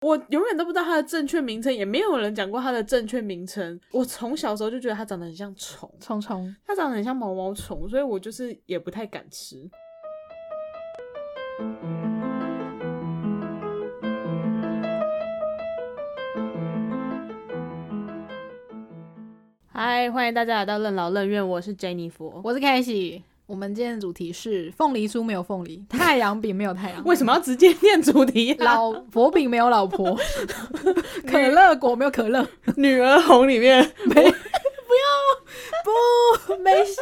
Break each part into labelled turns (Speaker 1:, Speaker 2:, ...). Speaker 1: 我永远都不知道它的正确名称，也没有人讲过它的正确名称。我从小时候就觉得它长得很像虫，
Speaker 2: 虫虫，
Speaker 1: 它长得很像毛毛虫，所以我就是也不太敢吃。嗨，欢迎大家来到任劳任怨，我是 Jennifer。
Speaker 2: 我是开喜。我们今天的主题是凤梨酥没有凤梨，太阳饼没有太阳饼，
Speaker 1: 为什么要直接念主题、啊？
Speaker 2: 老婆饼没有老婆， 可乐果没有可乐，
Speaker 1: 女儿红里面
Speaker 2: 没不要不没戏。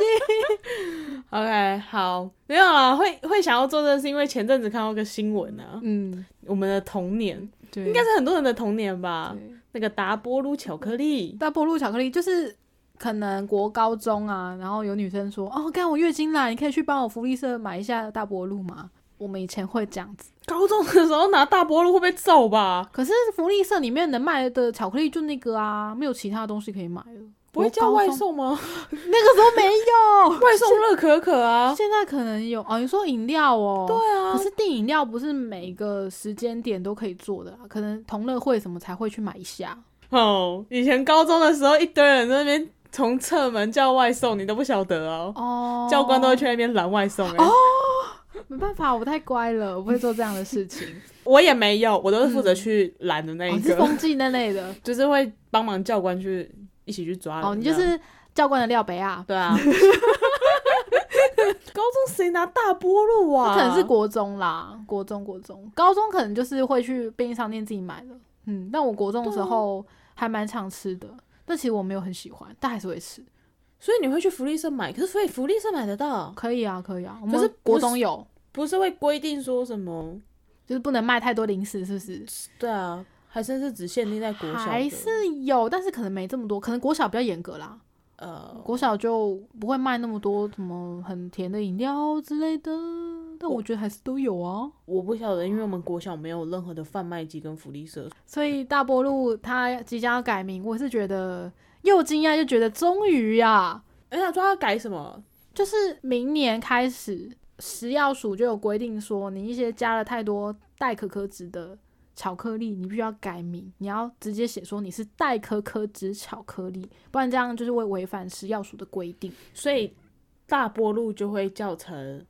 Speaker 1: OK，好，没有啦，会会想要做这个是因为前阵子看到个新闻啊，
Speaker 2: 嗯，
Speaker 1: 我们的童年
Speaker 2: 对，
Speaker 1: 应该是很多人的童年吧，
Speaker 2: 对
Speaker 1: 那个达波鲁巧克力，
Speaker 2: 大波露巧克力就是。可能国高中啊，然后有女生说：“哦，干我月经啦，你可以去帮我福利社买一下大波露吗？”我们以前会这样子，
Speaker 1: 高中的时候拿大波路会被揍吧？
Speaker 2: 可是福利社里面能卖的巧克力就那个啊，没有其他东西可以买 了。
Speaker 1: 不会
Speaker 2: 国
Speaker 1: 叫
Speaker 2: 高
Speaker 1: 外
Speaker 2: 中，
Speaker 1: 送 吗？
Speaker 2: 那个时候没有，
Speaker 1: 外送热可可啊，
Speaker 2: 现在可能有哦，你说饮料哦，
Speaker 1: 对啊，
Speaker 2: 可是订饮料不是每个时间点都可以做的啊，可能同乐会什么才会去买一下。
Speaker 1: 哦，以前高中的时候，一堆人在那边从侧门叫外送，你都不晓得哦。
Speaker 2: 哦，
Speaker 1: 教官都会去那边拦外送、欸，
Speaker 2: 没办法，我太乖了，我不会做这样的事情。
Speaker 1: 我也没有，我都是负责去拦的那
Speaker 2: 哦，
Speaker 1: 一
Speaker 2: 你
Speaker 1: 个，
Speaker 2: 是风纪那类的，
Speaker 1: 就是会帮忙教官去一起去抓人。
Speaker 2: 哦，你就
Speaker 1: 啊这样
Speaker 2: 是教官的廖北 啊，
Speaker 1: 对啊。 高中谁拿大波路啊？
Speaker 2: 可能是国中啦，国中国中，高中可能就是会去便利商店自己买的。嗯，但我国中的
Speaker 1: 啊
Speaker 2: 时候还蛮常吃的，但其实我没有很喜欢，但还是会吃。
Speaker 1: 所以你会去福利社买，可是所以福利社买得到，
Speaker 2: 可以啊，可以啊，我
Speaker 1: 可是
Speaker 2: 们
Speaker 1: 不是
Speaker 2: 国中有，
Speaker 1: 不是会规定说什么？
Speaker 2: 就是不能卖太多零食，是不是？
Speaker 1: 对啊，还真是只限定在国小的，
Speaker 2: 还是有，但是可能没这么多，可能国小比较严格啦，
Speaker 1: 呃，
Speaker 2: 国小就不会卖那么多什么很甜的饮料之类的。但我觉得还是都有啊，
Speaker 1: 我不晓得，因为我们国小没有任何的贩卖机跟福利社，
Speaker 2: 所以大波路它即将要改名，我是觉得又惊讶又觉得终于呀，
Speaker 1: 哎、他说他改什么？
Speaker 2: 就是明年开始食药署就有规定说，你一些加了太多代可可脂的巧克力，你必须要改名，你要直接写说你是代可可脂巧克力，不然这样就是会违反食药署的规定。
Speaker 1: 所以大波路就会叫成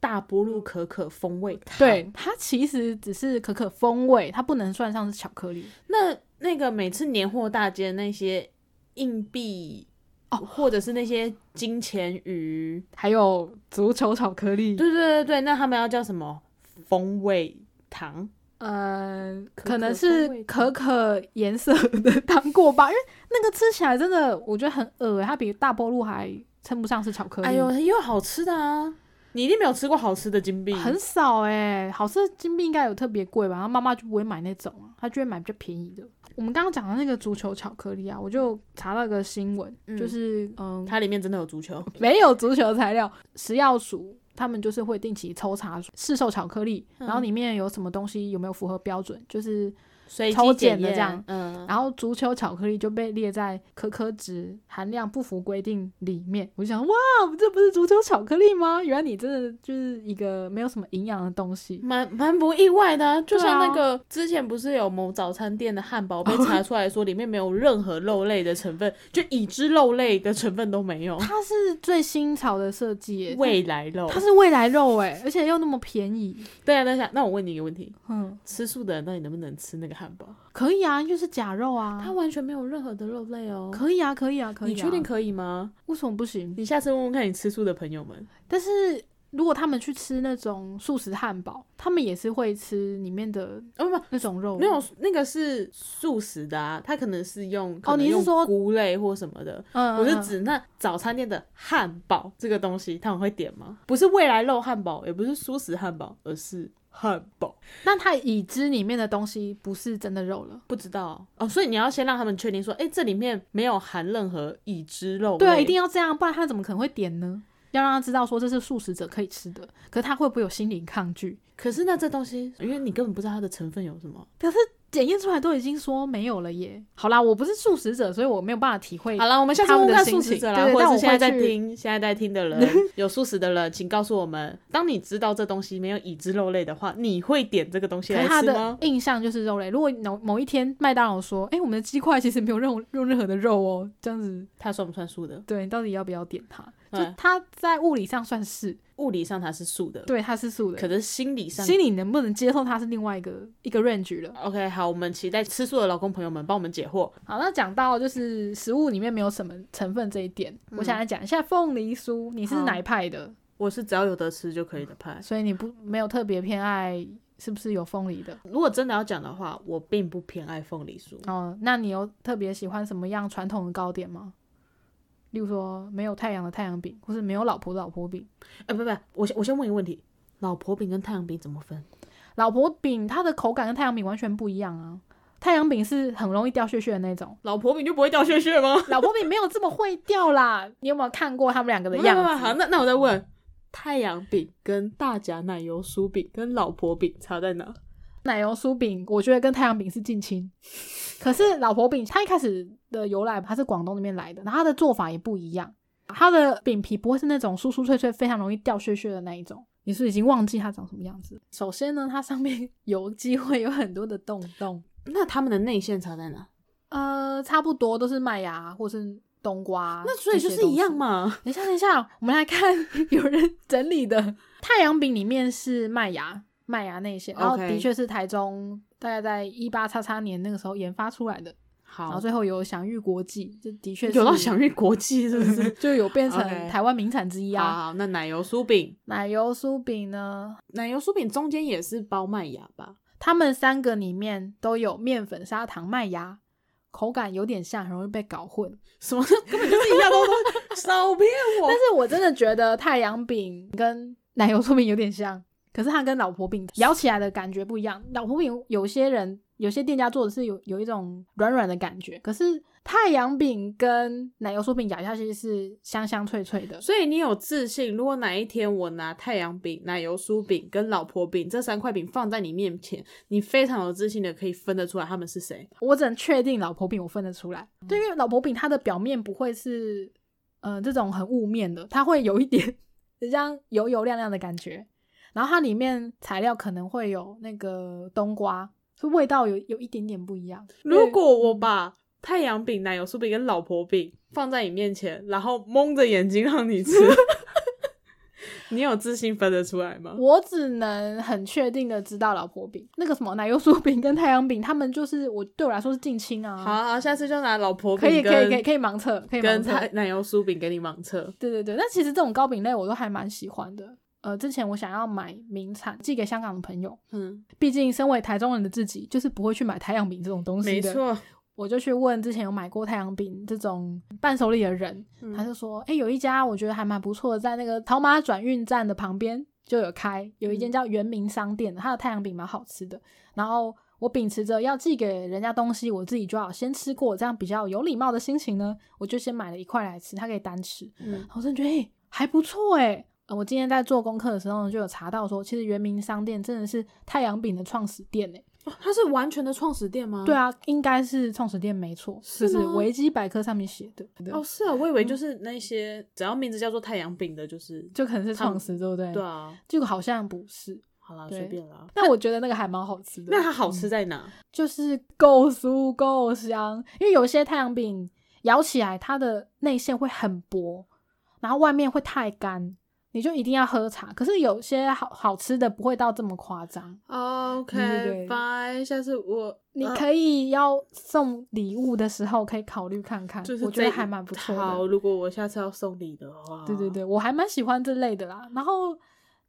Speaker 1: 大波路可可风味糖。
Speaker 2: 对，，它其实只是可可风味，它不能算上是巧克力。
Speaker 1: 那那个每次年货大街那些硬币
Speaker 2: 哦
Speaker 1: 或者是那些金钱鱼，
Speaker 2: 还有足球巧克力，
Speaker 1: 对对对对，那他们要叫什么风味糖？
Speaker 2: 嗯、
Speaker 1: 可可
Speaker 2: 可能
Speaker 1: 风味
Speaker 2: 是
Speaker 1: 糖
Speaker 2: 可可颜色的糖果吧，因为那个吃起来真的我觉得很恶欸它比大波露还称不上是巧克力。
Speaker 1: 哎呦，，也有好吃的啊！你一定没有吃过好吃的金币，
Speaker 2: 很少哎、好吃的金币应该有特别贵吧？然后妈妈就不会买那种啊，她就会买比较便宜的。我们刚刚讲的那个足球巧克力啊，我就查到一个新闻，
Speaker 1: 嗯
Speaker 2: 就是嗯，
Speaker 1: 它里面真的有足球。
Speaker 2: 没有足球材料，食药署他们就是会定期抽查市售巧克力，
Speaker 1: 嗯
Speaker 2: 然后里面有什么东西有没有符合标准，就是
Speaker 1: 随机
Speaker 2: 抽检
Speaker 1: 验
Speaker 2: 的这样
Speaker 1: 嗯，
Speaker 2: 然后足球巧克力就被列在可可脂含量不符规定里面。我就想，哇，这不是足球巧克力吗？原来你真的就是一个没有什么营养的东西。
Speaker 1: 蛮蛮不意外的、啊，就
Speaker 2: 对
Speaker 1: 像
Speaker 2: 啊
Speaker 1: 那个、之前不是有某早餐店的汉堡被查出来说里面没有任何肉类的成分，就已知肉类的成分都没有，
Speaker 2: 它是最新潮的设计耶，
Speaker 1: 未来肉
Speaker 2: 它。是未来肉哎，而且又那么便宜，
Speaker 1: 对啊，那想那我问你一个问题：
Speaker 2: 嗯，
Speaker 1: 吃素的人到底能不能吃那个汉堡？
Speaker 2: 可以啊，就是假肉啊，
Speaker 1: 它完全没有任何的肉类哦。
Speaker 2: 可以啊，可以啊，可以、啊，
Speaker 1: 你确定可以吗？
Speaker 2: 为什么不行？
Speaker 1: 你下次问问看你吃素的朋友们。
Speaker 2: 但是如果他们去吃那种素食汉堡，他们也是会吃里面的
Speaker 1: 哦不
Speaker 2: 那种肉，
Speaker 1: 没有，那个是素食的啊，它可能是用可
Speaker 2: 哦
Speaker 1: 能
Speaker 2: 你是
Speaker 1: 用
Speaker 2: 说
Speaker 1: 菇类或什么的，
Speaker 2: 嗯，嗯，
Speaker 1: 我是
Speaker 2: 嗯
Speaker 1: 指那早餐店的汉堡这个东西，他们会点吗？不是未来肉汉堡，也不是素食汉堡，而是汉堡。
Speaker 2: 那它已知里面的东西不是真的肉了。
Speaker 1: 不知道哦，所以你要先让他们确定说，哎、这里面没有含任何已知肉类。
Speaker 2: 对啊，一定要这样，不然他怎么可能会点呢？要让他知道说这是素食者可以吃的，可是他会不会有心理抗拒？
Speaker 1: 可是那这东西，因为你根本不知道它的成分有什么，
Speaker 2: 可是检验出来都已经说没有了耶。好啦，我不是素食者，所以我没有办法体会
Speaker 1: 好。了，我们下次
Speaker 2: 他
Speaker 1: 问
Speaker 2: 们
Speaker 1: 问
Speaker 2: 的
Speaker 1: 看
Speaker 2: 心
Speaker 1: 素食
Speaker 2: 情
Speaker 1: 者
Speaker 2: 对
Speaker 1: 啦，
Speaker 2: 对
Speaker 1: 或
Speaker 2: 但
Speaker 1: 者
Speaker 2: 我
Speaker 1: 是现在
Speaker 2: 会
Speaker 1: 在
Speaker 2: 去
Speaker 1: 听现在在听的 人，有素食的人，请告诉我们，当你知道这东西没有已知肉类的话，你会点这个东西
Speaker 2: 可
Speaker 1: 来
Speaker 2: 是他
Speaker 1: 吃
Speaker 2: 的
Speaker 1: 吗？
Speaker 2: 印象就是肉类。如果某某一天麦当劳说：“哎、我们的鸡块其实没有任何用任何的肉哦。”这样子，
Speaker 1: 它算不算素的？
Speaker 2: 对你到底要不要点它？就
Speaker 1: 对，
Speaker 2: 它在物理上算是，
Speaker 1: 物理上它是素的，
Speaker 2: 对，它是素的。
Speaker 1: 可是心理上。
Speaker 2: 心里能不能接受它是另外一个一个 range 了。
Speaker 1: OK，好，我们期待吃素的老公朋友们帮我们解惑。
Speaker 2: 好，那讲到就是食物里面没有什么成分这一点，我想来讲一下凤梨酥。你是
Speaker 1: 嗯好
Speaker 2: 哪一派的？
Speaker 1: 我是只要有得吃就可以的派。
Speaker 2: 所以你不没有特别偏爱，是不是有凤梨的？
Speaker 1: 如果真的要讲的话，我并不偏爱凤梨酥。
Speaker 2: 哦，那你有特别喜欢什么样传统的糕点吗？例如说没有太阳的太阳饼，或是没有老婆的老婆饼。
Speaker 1: 哎、不不，我先我先问一个问题：老婆饼跟太阳饼怎么分？
Speaker 2: 老婆饼它的口感跟太阳饼完全不一样啊，太阳饼是很容易掉屑屑的那种，
Speaker 1: 老婆饼就不会掉屑屑吗？
Speaker 2: 老婆饼没有这么会掉啦。你有没有看过他们两个的
Speaker 1: 不
Speaker 2: 样
Speaker 1: 不
Speaker 2: 子？
Speaker 1: 不好，那那我再问，太阳饼跟大夹奶油酥饼跟老婆饼差在哪？
Speaker 2: 奶油酥饼，我觉得跟太阳饼是近亲。可是老婆饼，它一开始的由来它是广东那边来的，然后它的做法也不一样。它的饼皮不会是那种酥酥脆脆、非常容易掉屑屑的那一种。你是不是已经忘记它长什么样子？首先呢，它上面 有机会有很多的洞洞，
Speaker 1: 那他们的内馅差在哪？
Speaker 2: 呃，差不多都是麦芽或是冬瓜。
Speaker 1: 那所以就是一样。嘛。
Speaker 2: 等一下，等一下，我们来看 有人整理的太阳饼里面是麦芽，麦芽内馅，然后
Speaker 1: OK
Speaker 2: 的确是台中大概在一八叉叉年那个时候研发出来的，然后
Speaker 1: 好，
Speaker 2: 最后有享誉国际，这的确是？
Speaker 1: 有到享誉国际是不是
Speaker 2: 就有变成
Speaker 1: OK
Speaker 2: 台湾名产之 一
Speaker 1: 好
Speaker 2: 啊。
Speaker 1: 好，那奶油酥饼，
Speaker 2: 奶油酥饼呢，
Speaker 1: 奶油酥饼中间也是包麦芽吧？
Speaker 2: 他们三个里面都有面粉、砂糖、麦芽，口感有点像，很容易被搞混。
Speaker 1: 什么根本就是一样东西， 少骗我
Speaker 2: 但！是我真的觉得太阳饼跟奶油酥饼有点像，可是它跟老婆饼咬起来的感觉不一样。老婆饼有些人有些店家做的是有有一种软软的感觉，可是太阳饼跟奶油酥饼咬下去是香香脆脆的。
Speaker 1: 所以你有自信，如果哪一天我拿太阳饼、奶油酥饼跟老婆饼这三块饼放在你面前，你非常有自信的可以分得出来他们是谁。
Speaker 2: 我只能确定老婆饼我分得出来，
Speaker 1: 嗯
Speaker 2: 对，因为老婆饼它的表面不会是嗯、呃这种很雾面的，它会有一点很像油油亮亮的感觉，然后它里面材料可能会有那个冬瓜，所以味道有有一点点不一样。
Speaker 1: 如果我把太阳饼、奶油酥饼跟老婆饼放在你面前，然后蒙着眼睛让你吃， 你有自信分得出来吗？
Speaker 2: 我只能很确定的知道老婆饼那个什么奶油酥饼跟太阳饼，他们就是我对我来说是近亲
Speaker 1: 好
Speaker 2: 啊，
Speaker 1: 啊，好下次就拿老婆
Speaker 2: 可以
Speaker 1: 饼
Speaker 2: 可以可以
Speaker 1: 跟
Speaker 2: 可以盲测，可以盲
Speaker 1: 跟
Speaker 2: 测。
Speaker 1: 太奶油酥饼给你盲测。
Speaker 2: 对对对，那其实这种糕饼类我都还蛮喜欢的。呃，之前我想要买名产寄给香港的朋友，
Speaker 1: 嗯，
Speaker 2: 毕竟身为台中人的自己，就是不会去买太阳饼这种东
Speaker 1: 嗯
Speaker 2: 西
Speaker 1: 没
Speaker 2: 的。
Speaker 1: 错，
Speaker 2: 我就去问之前有买过太阳饼这种伴手礼的人，
Speaker 1: 嗯
Speaker 2: 他就说，哎、有一家我觉得还蛮不错的，在那个桃马转运站的旁边就有开，有
Speaker 1: 嗯
Speaker 2: 一间叫圆明商店的，它的太阳饼蛮好吃的。然后我秉持着要寄给人家东西，我自己就要先吃过，这样比较有礼貌的心情呢，我就先买了一块来吃，它可以单吃。
Speaker 1: 嗯，
Speaker 2: 我真的觉得、欸、还不错哎、呃我今天在做功课的时候呢，就有查到说，其实圆明商店真的是太阳饼的创始店哎、
Speaker 1: 哦它是完全的创始店吗？
Speaker 2: 对啊，应该是创始店没错，
Speaker 1: 嗯是
Speaker 2: 就是
Speaker 1: 吗
Speaker 2: 维基百科上面写的。
Speaker 1: 哦，，是啊，我以为就是那些、只要名字叫做太阳饼的，就是
Speaker 2: 就可能是
Speaker 1: 他们
Speaker 2: 创始，对不对？
Speaker 1: 对。啊。
Speaker 2: 结果好像不是，
Speaker 1: 好啦，
Speaker 2: 对
Speaker 1: 随便啦。
Speaker 2: 但我觉得那个还蛮好吃的。
Speaker 1: 那它好吃
Speaker 2: 嗯
Speaker 1: 在哪？
Speaker 2: 就是够酥够香，因为有些太阳饼咬起来，它的内馅会很薄，然后外面会太干，你就一定要喝茶。可是有些好好吃的不会到这么夸张。对对
Speaker 1: 哦 OK，
Speaker 2: 对
Speaker 1: 拜，下次我
Speaker 2: 你
Speaker 1: 呃
Speaker 2: 可以要送礼物的时候，可以考虑看看，
Speaker 1: 就是
Speaker 2: 我觉得
Speaker 1: 这
Speaker 2: 还蛮不错
Speaker 1: 好，
Speaker 2: 的。
Speaker 1: 如果我下次要送礼的话，
Speaker 2: 对对，对，我还蛮喜欢这类的啦。然后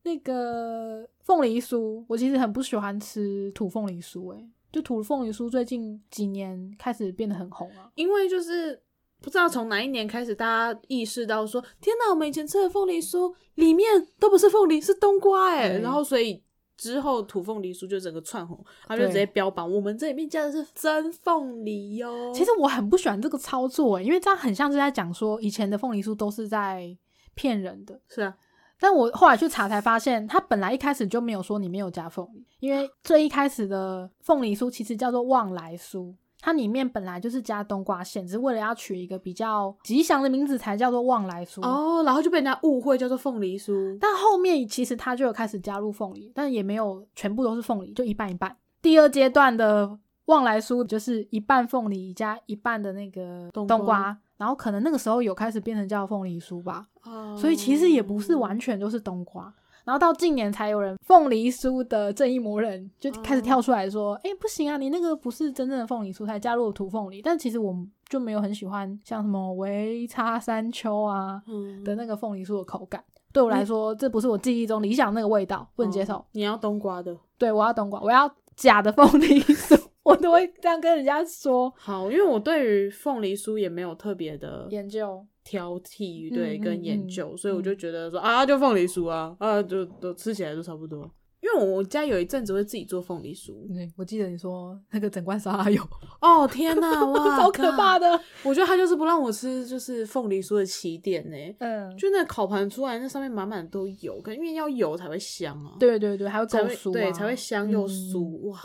Speaker 2: 那个凤梨酥，我其实很不喜欢吃土凤梨酥、欸，诶，就土凤梨酥最近几年开始变得很红啊。
Speaker 1: 因为就是不知道从哪一年开始，大家意识到说，天哪，我们以前吃的凤梨酥里面都不是凤梨，是冬瓜哎、
Speaker 2: 对
Speaker 1: 然后所以。之后土凤梨酥就整个窜红，他就
Speaker 2: 对
Speaker 1: 直接标榜我们这里面加的是真凤梨哟、
Speaker 2: 其实我很不喜欢这个操作、欸，因为这样很像是在讲说以前的凤梨酥都是在骗人的，
Speaker 1: 是啊，
Speaker 2: 但我后来去查才发现，它本来一开始就没有说里面有加凤梨，因为最一开始的凤梨酥其实叫做旺来酥，它里面本来就是加冬瓜馅，只是为了要取一个比较吉祥的名字才叫做旺来酥。
Speaker 1: 哦，然后就被人家误会叫做凤梨酥。
Speaker 2: 但后面其实它就有开始加入凤梨，但也没有全部都是凤梨，就一半一半。第二阶段的旺来酥就是一半凤梨加一半的那个
Speaker 1: 冬
Speaker 2: 冬
Speaker 1: 瓜
Speaker 2: 瓜，然后可能那个时候有开始变成叫凤梨酥吧，
Speaker 1: 哦
Speaker 2: 所以其实也不是完全都是冬瓜。然后到近年才有人凤梨酥的正义魔人就开始跳出来说：“哎、不行啊，你那个不是真正的凤梨酥，才加入了土凤梨。”但其实我们就没有很喜欢像什么维差山丘啊，
Speaker 1: 嗯
Speaker 2: 的那个凤梨酥的口感。对我来说，这不是我记忆中理想那个味道，不能接受。
Speaker 1: 哦你要冬瓜的，
Speaker 2: 对我要冬瓜，我要假的凤梨酥， 我都会这样跟人家说。
Speaker 1: 好，因为我对于凤梨酥也没有特别的
Speaker 2: 研究
Speaker 1: 挑剔，对，
Speaker 2: 嗯
Speaker 1: 跟
Speaker 2: 嗯
Speaker 1: 研
Speaker 2: 嗯
Speaker 1: 究，所以我就觉得说啊，就凤梨酥啊，啊，就都吃起来都差不多。因为我家有一阵子会自己做凤梨酥，
Speaker 2: 对，我记得你说那个整罐沙拉油，
Speaker 1: 哦天哪，哇，
Speaker 2: 超可怕
Speaker 1: 的！
Speaker 2: 的。
Speaker 1: 我觉得他就是不让我吃，就是凤梨酥的起点呢、
Speaker 2: 嗯，
Speaker 1: 就那烤盘出来，那上面满满都油，可能因为要油才会香啊，
Speaker 2: 对对对，还会够
Speaker 1: 才会
Speaker 2: 酥、啊，
Speaker 1: 对才会香又酥、
Speaker 2: 嗯
Speaker 1: 哇！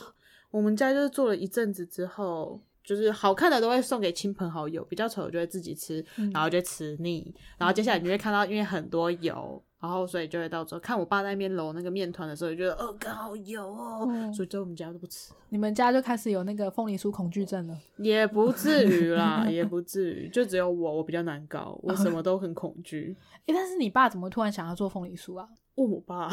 Speaker 1: 我们家就是做了一阵子之后，就是好看的都会送给亲朋好友，比较丑的就会自己吃，
Speaker 2: 嗯
Speaker 1: 然后就吃腻，然后接下来你就会看到因为很多油，然后所以就会到时候看我爸在那边揉那个面团的时候，就觉得哦，刚好油哦，
Speaker 2: 嗯
Speaker 1: 所以在我们家都不吃。
Speaker 2: 你们家就开始有那个凤梨酥恐惧症了。
Speaker 1: 也不至于 啦，也不至于，就只有我，我比较难搞，我什么都很恐惧。
Speaker 2: 哎，但是你爸怎么突然想要做凤梨酥啊？
Speaker 1: 问我 爸，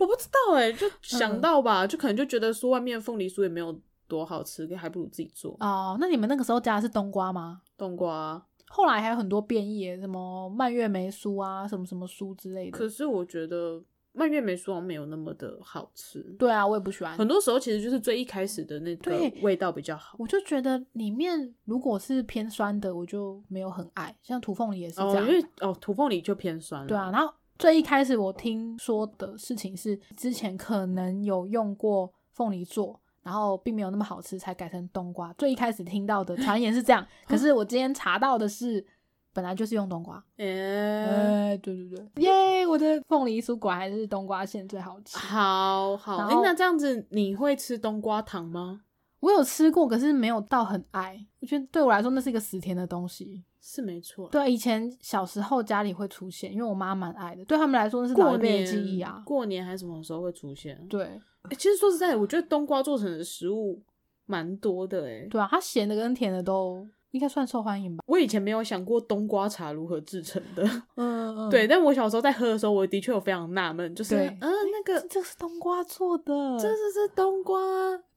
Speaker 1: 我不知道哎、
Speaker 2: 嗯
Speaker 1: 就想到吧，就可能就觉得说外面凤梨酥也没有多好吃，还不如自己做、
Speaker 2: 哦，那你们那个时候加的是冬瓜吗？
Speaker 1: 冬瓜。
Speaker 2: 后来还有很多变异耶，什么蔓越莓酥啊，什么什么酥之类的。
Speaker 1: 可是我觉得蔓越莓酥好像没有那么的好吃，
Speaker 2: 对啊，我也不喜欢。
Speaker 1: 很多时候其实就是最一开始的那个
Speaker 2: 对
Speaker 1: 味道比较好。
Speaker 2: 我就觉得里面如果是偏酸的，我就没有很爱，像土凤梨也是这
Speaker 1: 哦，
Speaker 2: 样。
Speaker 1: 因为哦土凤梨就偏酸了，
Speaker 2: 对啊，然后最一开始我听说的事情是，之前可能有用过凤梨做，然后并没有那么好吃，才改成冬瓜。最一开始听到的传言是这样，可是我今天查到的是，本来就是用冬瓜。哎、
Speaker 1: 诶、
Speaker 2: 对对对，耶！我的凤梨酥果然还是冬瓜馅最好吃。
Speaker 1: 啊好好，
Speaker 2: 然
Speaker 1: 诶
Speaker 2: 后
Speaker 1: 那这样子你会吃冬瓜糖吗？
Speaker 2: 我有吃过，可是没有到很爱。我觉得对我来说，那是一个死甜的东西。
Speaker 1: 是没错，
Speaker 2: 对啊，以前小时候家里会出现，因为我妈蛮爱的，对他们来说那是老
Speaker 1: 过
Speaker 2: 一辈
Speaker 1: 年
Speaker 2: 的记忆啊。
Speaker 1: 过年还是什么时候会出现？
Speaker 2: 对
Speaker 1: 欸其实说实在，我觉得冬瓜做成的食物蛮多的诶、
Speaker 2: 对啊，它咸的跟甜的都应该算受欢迎吧。
Speaker 1: 我以前没有想过冬瓜茶如何制成的，
Speaker 2: 嗯嗯，
Speaker 1: 对。但我小时候在喝的时候，我的确有非常纳闷，就是
Speaker 2: 对
Speaker 1: 嗯、那个
Speaker 2: 哎这这是冬瓜做的，
Speaker 1: 这是是冬瓜，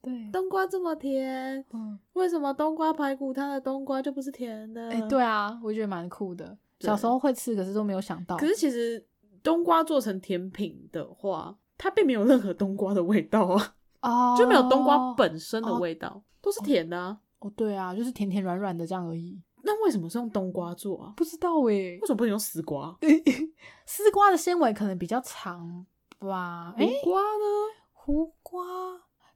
Speaker 2: 对，
Speaker 1: 冬瓜这么甜，
Speaker 2: 嗯，
Speaker 1: 为什么冬瓜排骨它的冬瓜就不是甜的？
Speaker 2: 哎、对啊，我觉得蛮酷的。
Speaker 1: 对
Speaker 2: 小时候会吃，可是都没有想到。
Speaker 1: 可是其实冬瓜做成甜品的话，它并没有任何冬瓜的味道啊，
Speaker 2: 哦，
Speaker 1: 就没有冬瓜本身的味道，都是甜的啊。
Speaker 2: 哦，对啊，就是甜甜软软的这样而已。
Speaker 1: 那为什么是用冬瓜做啊？
Speaker 2: 不知道哎诶、
Speaker 1: 为什么不能用丝瓜？
Speaker 2: 丝瓜的纤维可能比较长吧？哎、
Speaker 1: 瓜呢？
Speaker 2: 胡瓜。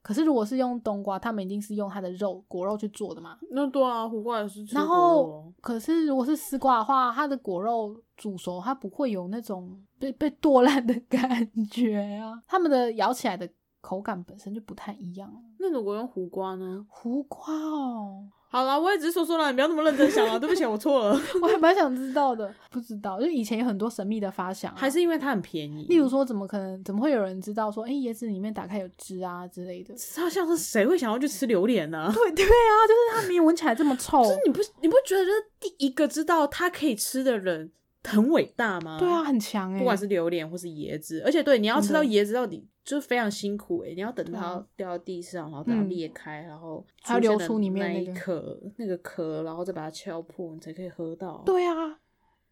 Speaker 2: 可是如果是用冬瓜，他们一定是用它的肉果肉去做的嘛。
Speaker 1: 那对啊，苦瓜也是吃哦
Speaker 2: 然
Speaker 1: 果肉
Speaker 2: 后，可是如果是丝瓜的话，它的果肉煮熟，它不会有那种被被剁烂的 感觉啊。它们的咬起来的口感本身就不太一样。
Speaker 1: 那如果用苦瓜呢？
Speaker 2: 胡瓜哦，
Speaker 1: 好啦，我也只是说说啦，你不要那么认真想啊，对不起，我错 了。
Speaker 2: 我还蛮想知道的，不知道，就以前有很多神秘的发想啊、
Speaker 1: 还是因为它很便宜，
Speaker 2: 例如说，怎么可能？怎么会有人知道说，哎、椰子里面打开有汁啊之类的？
Speaker 1: 知道像是谁会想要去吃榴莲呢、
Speaker 2: 对对啊， 就是它明明闻起来这么臭，
Speaker 1: 就是你不你不觉得就是第一个知道它可以吃的人很伟大吗？
Speaker 2: 对啊，，很强哎、
Speaker 1: 不管是榴莲或是椰子，而且对你要吃到椰子到底就是非常辛苦欸诶、你要等
Speaker 2: 对
Speaker 1: 它
Speaker 2: 啊
Speaker 1: 掉到地上，然后等它
Speaker 2: 嗯
Speaker 1: 裂开，然后
Speaker 2: 还要流
Speaker 1: 现的
Speaker 2: 出里面
Speaker 1: 那
Speaker 2: 那
Speaker 1: 一
Speaker 2: 个
Speaker 1: 颗那个壳，然后再把它敲破，你才可以喝到。
Speaker 2: 对啊，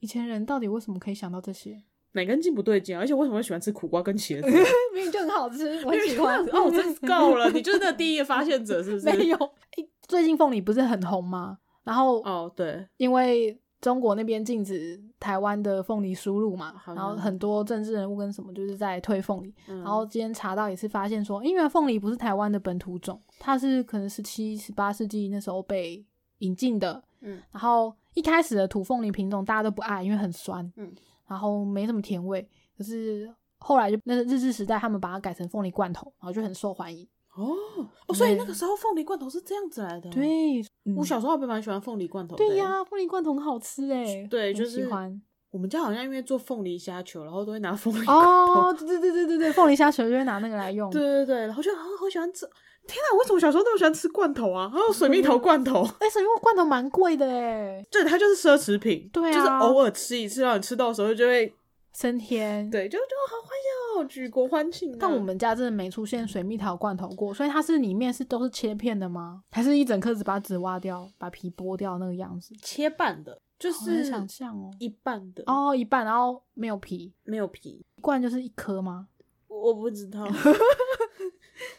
Speaker 2: 以前人到底为什么可以想到这些？
Speaker 1: 哪根筋不对劲啊？而且为什么会喜欢吃苦瓜跟茄子？
Speaker 2: 明明就 很好吃，我
Speaker 1: 哦，真是够了，你就是那第一个发现者，是不是？
Speaker 2: 没有。诶最近凤梨不是很红吗？然后
Speaker 1: 哦，对，
Speaker 2: 因为中国那边禁止台湾的凤梨输入嘛，
Speaker 1: 好
Speaker 2: 然
Speaker 1: 像
Speaker 2: 后很多政治人物跟什么就是在推凤梨。
Speaker 1: 嗯
Speaker 2: 然后今天查到也是发现说，因为凤梨不是台湾的本土种，它是可能十七、十八世纪那时候被引进的。
Speaker 1: 嗯，
Speaker 2: 然后一开始的土凤梨品种大家都不爱，因为很酸，
Speaker 1: 嗯，
Speaker 2: 然后没什么甜味。可是后来就那个日治时代，他们把它改成凤梨罐头，然后就很受欢迎。
Speaker 1: 哦哦，所以
Speaker 2: 对
Speaker 1: 那个时候凤梨罐头是这样子来的。，
Speaker 2: 对，嗯
Speaker 1: 哦我小时候还蛮喜欢凤梨罐头的。欸
Speaker 2: 对呀、凤梨罐头很好吃哎、
Speaker 1: 对
Speaker 2: 很
Speaker 1: 就
Speaker 2: 喜
Speaker 1: 是
Speaker 2: 欢
Speaker 1: 我们家好像因为做凤梨虾球，然后都会拿凤梨罐头。
Speaker 2: 哦，对对对对对对，凤梨虾球就会拿那个来用。
Speaker 1: 对对对，然后就啊，好喜欢吃。天啊，为什么小时候那么喜欢吃罐头啊？还有水蜜桃罐头，
Speaker 2: 哎，水蜜桃罐头蛮贵的哎，
Speaker 1: 对，它就是奢侈品，
Speaker 2: 对啊
Speaker 1: 就是偶尔吃一次，让你吃到的时候就会，
Speaker 2: 升天。，
Speaker 1: 对，就就好欢笑，举国欢庆啊、
Speaker 2: 但我们家真的没出现水蜜桃罐头过，所以它是里面是都是切片的吗？还是一整颗只把籽挖掉，把皮剥掉那个样子？
Speaker 1: 切半的，就
Speaker 2: 好难
Speaker 1: 是
Speaker 2: 想象哦。
Speaker 1: 一半的，
Speaker 2: 哦，一半，然后没有皮，
Speaker 1: 没有皮，
Speaker 2: 一罐就是一颗吗？
Speaker 1: 我我不知 道，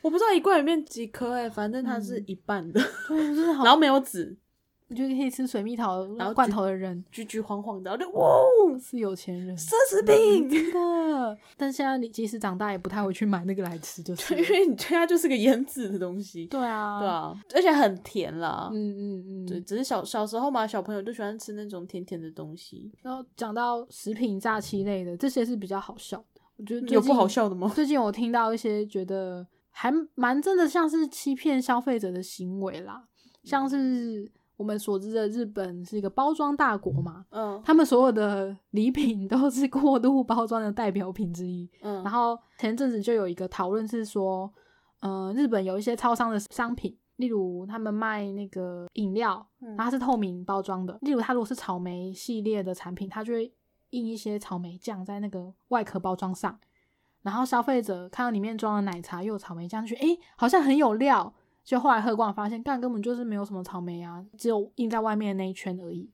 Speaker 1: 我不知道一罐里面几颗哎、反正它是
Speaker 2: 嗯
Speaker 1: 一半的，
Speaker 2: 对，真的好
Speaker 1: 然，后没有籽，
Speaker 2: 我觉得可以吃水蜜桃
Speaker 1: 然后
Speaker 2: 罐
Speaker 1: 就
Speaker 2: 头的人
Speaker 1: 橘橘黄黄的，然后就哇哦，
Speaker 2: 是有钱人，
Speaker 1: 奢侈品。
Speaker 2: 真的。 但现在你即使长大，也不太会去买那个来吃，就 是
Speaker 1: 对，因为你对它就是个腌制的东西，
Speaker 2: 对啊，
Speaker 1: 对，啊，而且很甜啦。
Speaker 2: 嗯嗯
Speaker 1: 对，
Speaker 2: 嗯。
Speaker 1: 只是小小时候嘛，小朋友就喜欢吃那种甜甜的东西，
Speaker 2: 然后讲到食品诈欺类的，这些是比较好笑的。我觉得最
Speaker 1: 有不
Speaker 2: 近
Speaker 1: 好。笑的吗？
Speaker 2: 最近我听到一些觉得还蛮真的，像是欺骗消费者的行为啦，
Speaker 1: 嗯
Speaker 2: 像是我们所知的日本是一个包装大国嘛，
Speaker 1: 嗯
Speaker 2: 他们所有的礼品都是过度包装的代表品之一。
Speaker 1: 嗯，
Speaker 2: 然后前阵子就有一个讨论是说，呃，日本有一些超商的商品，例如他们卖那个饮料，
Speaker 1: 嗯
Speaker 2: 然后它是透明包装的，例如它如果是草莓系列的产品，它就会印一些草莓酱在那个外壳包装上，然后消费者看到里面装了奶茶又有草莓酱，就觉得诶好像很有料。就后来喝光发现，干根本就是没有什么草莓啊，只有印在外面的那一圈而已。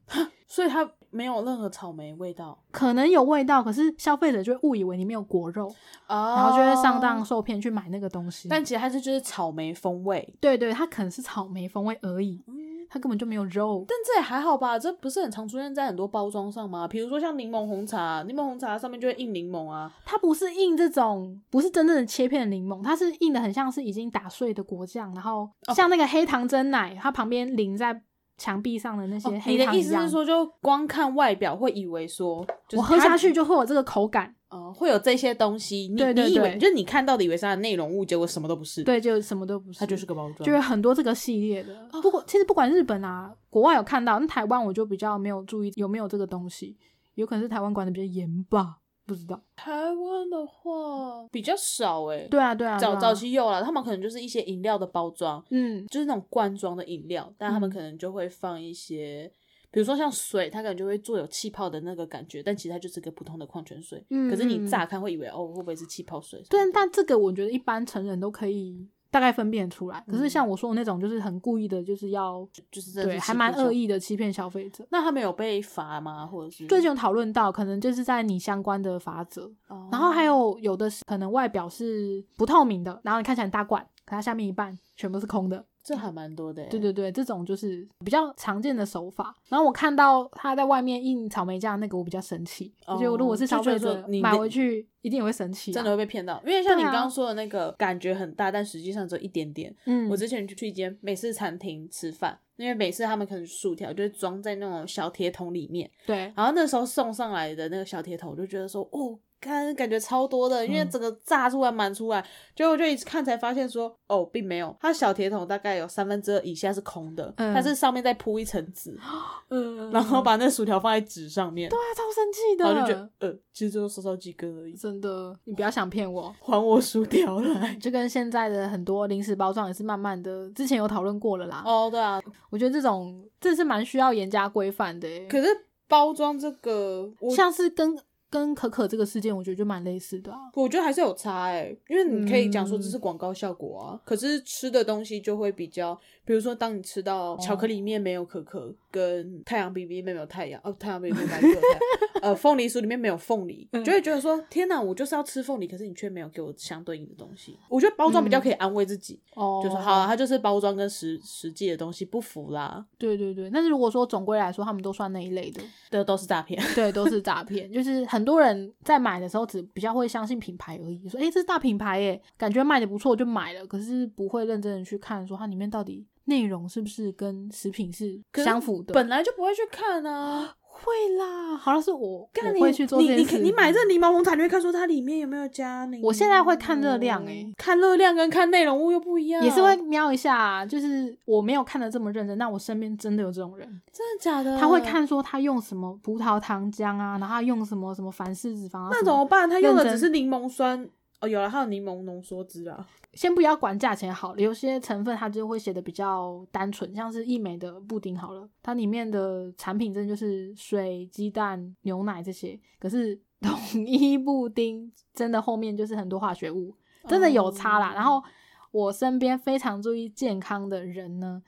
Speaker 1: 所以它没有任何草莓味道，
Speaker 2: 可能有味道，可是消费者就会误以为里面有果肉，
Speaker 1: 哦
Speaker 2: 然后就会上当。受骗去买那个东西。
Speaker 1: 但其实它是就是草莓风味，
Speaker 2: 对对，它可能是草莓风味而已，
Speaker 1: 嗯，
Speaker 2: 它根本就没有肉。
Speaker 1: 但这也还好吧，这不是很常出现在很多包装上吗？比如说像柠檬红茶，柠檬红茶上面就会印柠檬啊，
Speaker 2: 它不是印这种，不是真正的切片的柠檬，它是印的很像是已经打碎的果酱，然后
Speaker 1: 哦
Speaker 2: 像那个黑糖蒸奶，它旁边淋在墙壁上的那些
Speaker 1: 哦你
Speaker 2: 黑
Speaker 1: 的
Speaker 2: 糖一
Speaker 1: 意思
Speaker 2: 样。
Speaker 1: 是说，就光看外表会以为说，就是
Speaker 2: 我喝
Speaker 1: 它
Speaker 2: 下去就会有这个口感，
Speaker 1: 哦，会有这些东西，你
Speaker 2: 对对
Speaker 1: 你以为
Speaker 2: 对
Speaker 1: 就是你看到的以为是它的内容物，结果什么都不是，，
Speaker 2: 对，就什么都不是，
Speaker 1: 它就是哦个包装，
Speaker 2: 就是很多这个系列的。不过其实不管日本啊，国外有看到，那台湾我就比较没有注意有没有这个东西，有可能是台湾管的比较严吧，不知道。
Speaker 1: 台湾的话比较少哎、
Speaker 2: 对啊，对啊，
Speaker 1: 早
Speaker 2: 对啊
Speaker 1: 早，期有啦，他们可能就是一些饮料的包装，
Speaker 2: 嗯，
Speaker 1: 就是那种罐装的饮料，但他们
Speaker 2: 嗯
Speaker 1: 可能就会放一些，比如说像水，它可能就会做有气泡的那个感觉，但其实它就是个普通的矿泉水。
Speaker 2: 嗯
Speaker 1: 可是
Speaker 2: 嗯
Speaker 1: 你
Speaker 2: 嗯
Speaker 1: 乍看会以为哦，会不会是气泡水？
Speaker 2: 对，但这个我觉得一般成人都可以大概分辨出来。可是
Speaker 1: 嗯
Speaker 2: 像我说的那种，就是很故意的，就是要
Speaker 1: 就是真的
Speaker 2: 对，
Speaker 1: 是
Speaker 2: 还
Speaker 1: 欺
Speaker 2: 蛮
Speaker 1: 骗消
Speaker 2: 恶。意的欺骗消费者。
Speaker 1: 那他们有被罚吗？或者是
Speaker 2: 最近有讨论到，可能就是在你相关的法则，
Speaker 1: 哦
Speaker 2: 然后还有有的是可能外表是不透明的，然后你看起来很大罐，可它下面一半全部是空的。
Speaker 1: 这还蛮多的欸。
Speaker 2: 对对对，这种就是比较常见的手法。然后我看到他在外面印草莓酱那个，我比较生气。我觉得
Speaker 1: 哦
Speaker 2: 如果
Speaker 1: 就
Speaker 2: 是消
Speaker 1: 觉
Speaker 2: 费
Speaker 1: 得说
Speaker 2: 者
Speaker 1: 你
Speaker 2: 买
Speaker 1: 那
Speaker 2: 回去，一定也会生气、啊。
Speaker 1: 真的会被骗到，因为像你
Speaker 2: 对啊
Speaker 1: 刚刚说的那个感觉很大，但实际上只有一点点。
Speaker 2: 嗯，
Speaker 1: 我之前去去一间美式餐厅吃饭，因为美式他们可能薯条就会装在那种小铁桶里面，
Speaker 2: 对
Speaker 1: 然后那时候送上来的那个小铁桶，我就觉得说，哦，看感觉超多的，因为整个炸出来满出来，结果我就一直看才发现说，哦，并没有，它小铁桶大概有三分之二以下是空的，
Speaker 2: 嗯
Speaker 1: 但是上面再铺一层纸，
Speaker 2: 嗯，
Speaker 1: 然后把那薯条放在纸上面，
Speaker 2: 对啊，啊超生气的，
Speaker 1: 呃然后就觉得，呃，其实就少少几根而已，
Speaker 2: 真的，你不要想骗我。
Speaker 1: 还我薯条来。
Speaker 2: 就跟现在的很多零食包装也是慢慢的，之前有讨论过了啦。
Speaker 1: 哦，对啊，
Speaker 2: 我觉得这种这是蛮需要严加规范的欸、
Speaker 1: 可是包装这个，我
Speaker 2: 像是跟跟可可这个事件，我觉得就蛮类似的、啊。
Speaker 1: 我觉得还是有差哎、因为你可以讲说
Speaker 2: 嗯
Speaker 1: 这是广告效果啊，可是吃的东西就会比较，比如说当你吃到巧克力里面没有可可，跟太阳饼里面没有太阳，哦，太阳饼里面没有太阳，呃，凤梨酥里面没有凤梨，
Speaker 2: 嗯
Speaker 1: 就会觉得说天哪，我就是要吃凤梨，可是你却没有给我相对应的东西。我觉得包装比较可以安慰自己，
Speaker 2: 哦
Speaker 1: 就是好、啊，它就是包装跟实实际的东西不符啦，
Speaker 2: 对对对。但是如果说总归来说，他们都算那一类的，
Speaker 1: 这都是诈骗。
Speaker 2: 对，都是诈骗。就是很多人在买的时候，只比较会相信品牌而已，说诶、这是大品牌耶，感觉卖的不错就买了，可是不会认真的去看说它里面到底内容是不是跟食品是
Speaker 1: 可是
Speaker 2: 相符的。
Speaker 1: 本来就不会去看啊，
Speaker 2: 会啦，好像是我
Speaker 1: 干
Speaker 2: 我
Speaker 1: 你
Speaker 2: 会去做这
Speaker 1: 你
Speaker 2: 件
Speaker 1: 你
Speaker 2: 事。嗯
Speaker 1: 你买这柠檬红茶，你会看说它里面有没有加柠檬？啊
Speaker 2: 我现在会看热量欸
Speaker 1: 看热量跟看内容物又不一样，
Speaker 2: 也是会瞄一下、啊就是我没有看的这么认真，但我身边真的有这种人，
Speaker 1: 真的假的？
Speaker 2: 他会看说他用什么葡萄糖浆啊，然后他用什么什么反式脂肪啊，
Speaker 1: 那
Speaker 2: 什
Speaker 1: 怎
Speaker 2: 么
Speaker 1: 么办？他用的
Speaker 2: 认真
Speaker 1: 只是柠檬酸哦，有了，还有柠檬浓缩汁啊。
Speaker 2: 先不要管价钱好了，有些成分它就会写的比较单纯，像是益美的布丁好了，它里面的产品真的就是水、鸡蛋、牛奶这些，可是 统一布丁真的后面就是很多化学物，真的有差啦。
Speaker 1: 哦
Speaker 2: 然后我身边非常注意健康的人呢，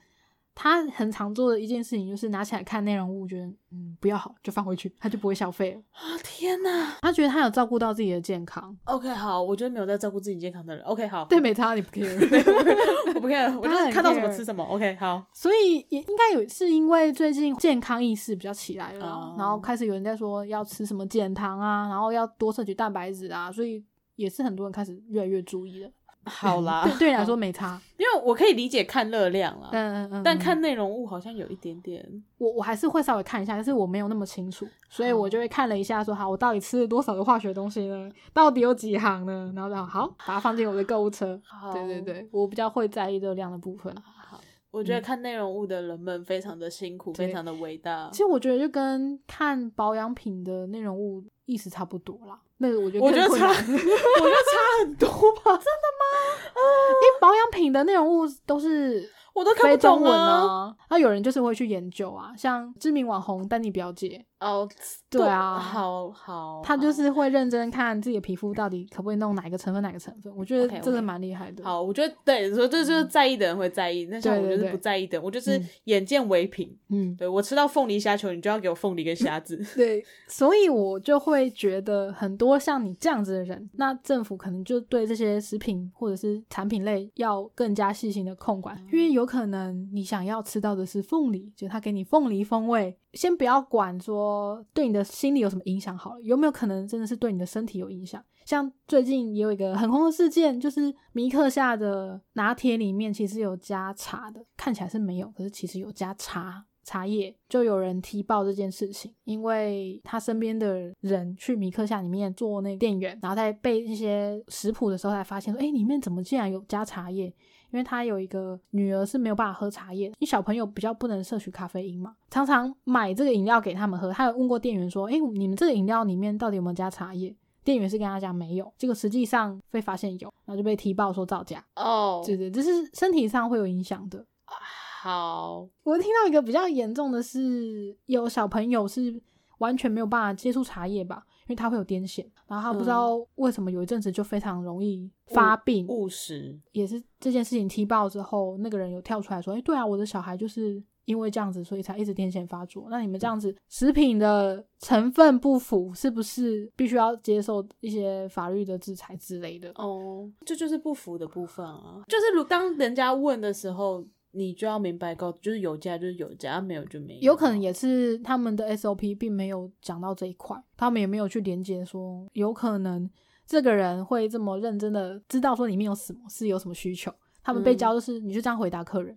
Speaker 2: 他很常做的一件事情就是拿起来看内容物，觉得嗯不要好就放回去，他就不会消费了。
Speaker 1: 啊天哪
Speaker 2: 他觉得他有照顾到自己的健康，
Speaker 1: ！OK，好，我就是没有在照顾自己健康的人。OK，好，
Speaker 2: 对，没差你不 care。
Speaker 1: 我 不 care，我就
Speaker 2: 他
Speaker 1: 是
Speaker 2: 很
Speaker 1: 看到什么
Speaker 2: care
Speaker 1: 吃什么。OK，好，
Speaker 2: 所以也应该有是因为最近健康意识比较起来了，
Speaker 1: 哦
Speaker 2: 然后开始有人在说要吃什么减糖啊，然后要多摄取蛋白质啊，所以也是很多人开始越来越注意了。
Speaker 1: 好啦，
Speaker 2: 对对 你来说没差，
Speaker 1: 因为我可以理解看热量啦，
Speaker 2: 嗯嗯嗯。
Speaker 1: 但
Speaker 2: 嗯
Speaker 1: 看内容物好像有一点点。
Speaker 2: 我我还是会稍微看一下，但是我没有那么清楚，所以我就会看了一下说好我到底吃了多少的化学东西呢？到底有几行呢？然后然后好把它放进我的购物车。
Speaker 1: 好
Speaker 2: 对对对，我比较会在意热量的部分。
Speaker 1: 好，我觉得看内容物的人们非常的辛苦，
Speaker 2: 对
Speaker 1: 非常的伟大
Speaker 2: 其。实我觉得就跟看保养品的内容物意思差不多啦。那个我觉得
Speaker 1: 我觉
Speaker 2: 更
Speaker 1: 得
Speaker 2: 困
Speaker 1: 差，
Speaker 2: 难
Speaker 1: 我觉得差很多吧，
Speaker 2: 因为保养品的内容物都是
Speaker 1: 我都看
Speaker 2: 非
Speaker 1: 不
Speaker 2: 中
Speaker 1: 懂
Speaker 2: 文
Speaker 1: 啊。
Speaker 2: 啊。那有人就是会去研究啊，像知名网红丹妮表姐，
Speaker 1: 哦，
Speaker 2: 对啊
Speaker 1: 好好，
Speaker 2: 她
Speaker 1: 好
Speaker 2: 就是会认真看自己的皮肤到底可不可以弄哪个成分哪个成分。我觉得
Speaker 1: OK，OK
Speaker 2: 真的蛮厉害的。
Speaker 1: 好，我觉得对，所以这就是在意的人会在意，那像
Speaker 2: 对
Speaker 1: 我
Speaker 2: 对
Speaker 1: 就是
Speaker 2: 对
Speaker 1: 不在意的人，我就是
Speaker 2: 嗯
Speaker 1: 眼见为凭。
Speaker 2: 嗯，
Speaker 1: 对我吃到凤梨虾球，你就要给我凤梨跟虾子。
Speaker 2: 对， 所以我就会觉得很多像你这样子的人，那政府可能就对这些食品或者是产品类要更加细心的控管，因为有可能你想要吃到的是凤梨，就它给你凤梨风味，先不要管说对你的心理有什么影响好了，有没有可能真的是对你的身体有影响？像最近也有一个很红的事件，就是米克夏的拿铁里面其实有加茶的，看起来是没有，可是其实有加茶茶叶，就有人踢爆这件事情，因为他身边的人去米克夏里面做那个店员，然后在背一些食谱的时候才发现说，哎，里面怎么竟然有加茶叶？因为他有一个女儿是没有办法喝茶叶，因为小朋友比较不能摄取咖啡因嘛，常常买这个饮料给他们喝。他有问过店员说：“诶，你们这个饮料里面到底有没有加茶叶？”店员是跟他讲没有，结果实际上被发现有，然后就被踢爆说造假。
Speaker 1: 哦
Speaker 2: 对对，这是身体上会有影响的。
Speaker 1: 好，
Speaker 2: 我听到一个比较严重的是，有小朋友是完全没有办法接触茶叶吧，因为他会有癫痫，然后他不知道为什么有一阵子就非常容易发病，
Speaker 1: 务实。
Speaker 2: 也是这件事情踢爆之后，那个人有跳出来说：“哎、对啊，我的小孩就是因为这样子，所以才一直癫痫发作。那你们这样子，食品的成分不符，是不是必须要接受一些法律的制裁之类的？”
Speaker 1: 哦，这就是不服的部分啊。就是如当人家问的时候，你就要明白告，就是有价就是有价，啊没有就没有。
Speaker 2: 有可能也是他们的 SOP 并没有讲到这一块，他们也没有去连接说，有可能这个人会这么认真的知道说里面有什么是有什么需求，他们被
Speaker 1: 嗯
Speaker 2: 教就是你就这样回答客人，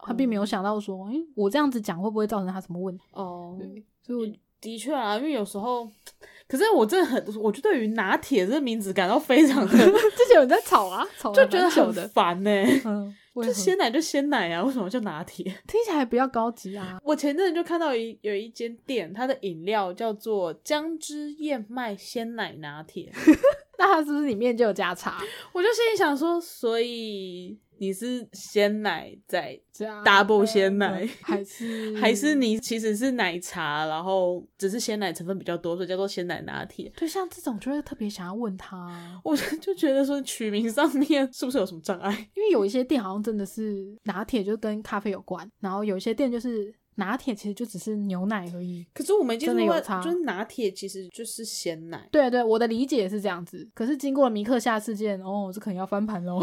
Speaker 2: 他并没有想到说，诶、我这样子讲会不会造成他什么问题？
Speaker 1: 哦，
Speaker 2: 对，所以我
Speaker 1: 的确啊，因为有时候，可是我真的很，我就对于拿铁这个名字感到非常的，
Speaker 2: 之前有人在吵啊，吵了
Speaker 1: 就觉得
Speaker 2: 蛮久
Speaker 1: 很
Speaker 2: 的，
Speaker 1: 烦呢、
Speaker 2: 嗯，为
Speaker 1: 就
Speaker 2: 何
Speaker 1: 鲜奶就鲜奶啊，为什么叫拿铁？
Speaker 2: 听起来比较高级啊，
Speaker 1: 我前阵子就看到一有一间店，它的饮料叫做姜汁燕麦鲜奶拿铁，
Speaker 2: 那它是不是里面就有加茶？
Speaker 1: 我就心里想说，所以你是鲜奶在，
Speaker 2: 这样
Speaker 1: Double 鲜奶
Speaker 2: 还是
Speaker 1: 还是你其实是奶茶，然后只是鲜奶成分比较多，所以叫做鲜奶拿铁？
Speaker 2: 对像这种就会特别想要问他，啊
Speaker 1: 我就就觉得说取名上面是不是有什么障碍？
Speaker 2: 因为有一些店好像真的是拿铁就跟咖啡有关，然后有一些店就是拿铁其实就只是牛奶而已。
Speaker 1: 可是我们已经
Speaker 2: 真的
Speaker 1: 说
Speaker 2: 有
Speaker 1: 过
Speaker 2: 差
Speaker 1: 就是拿铁其实就是鲜奶。
Speaker 2: 对对，我的理解也是这样子。可是经过了米克夏事件，哦，这可能要翻盘喽。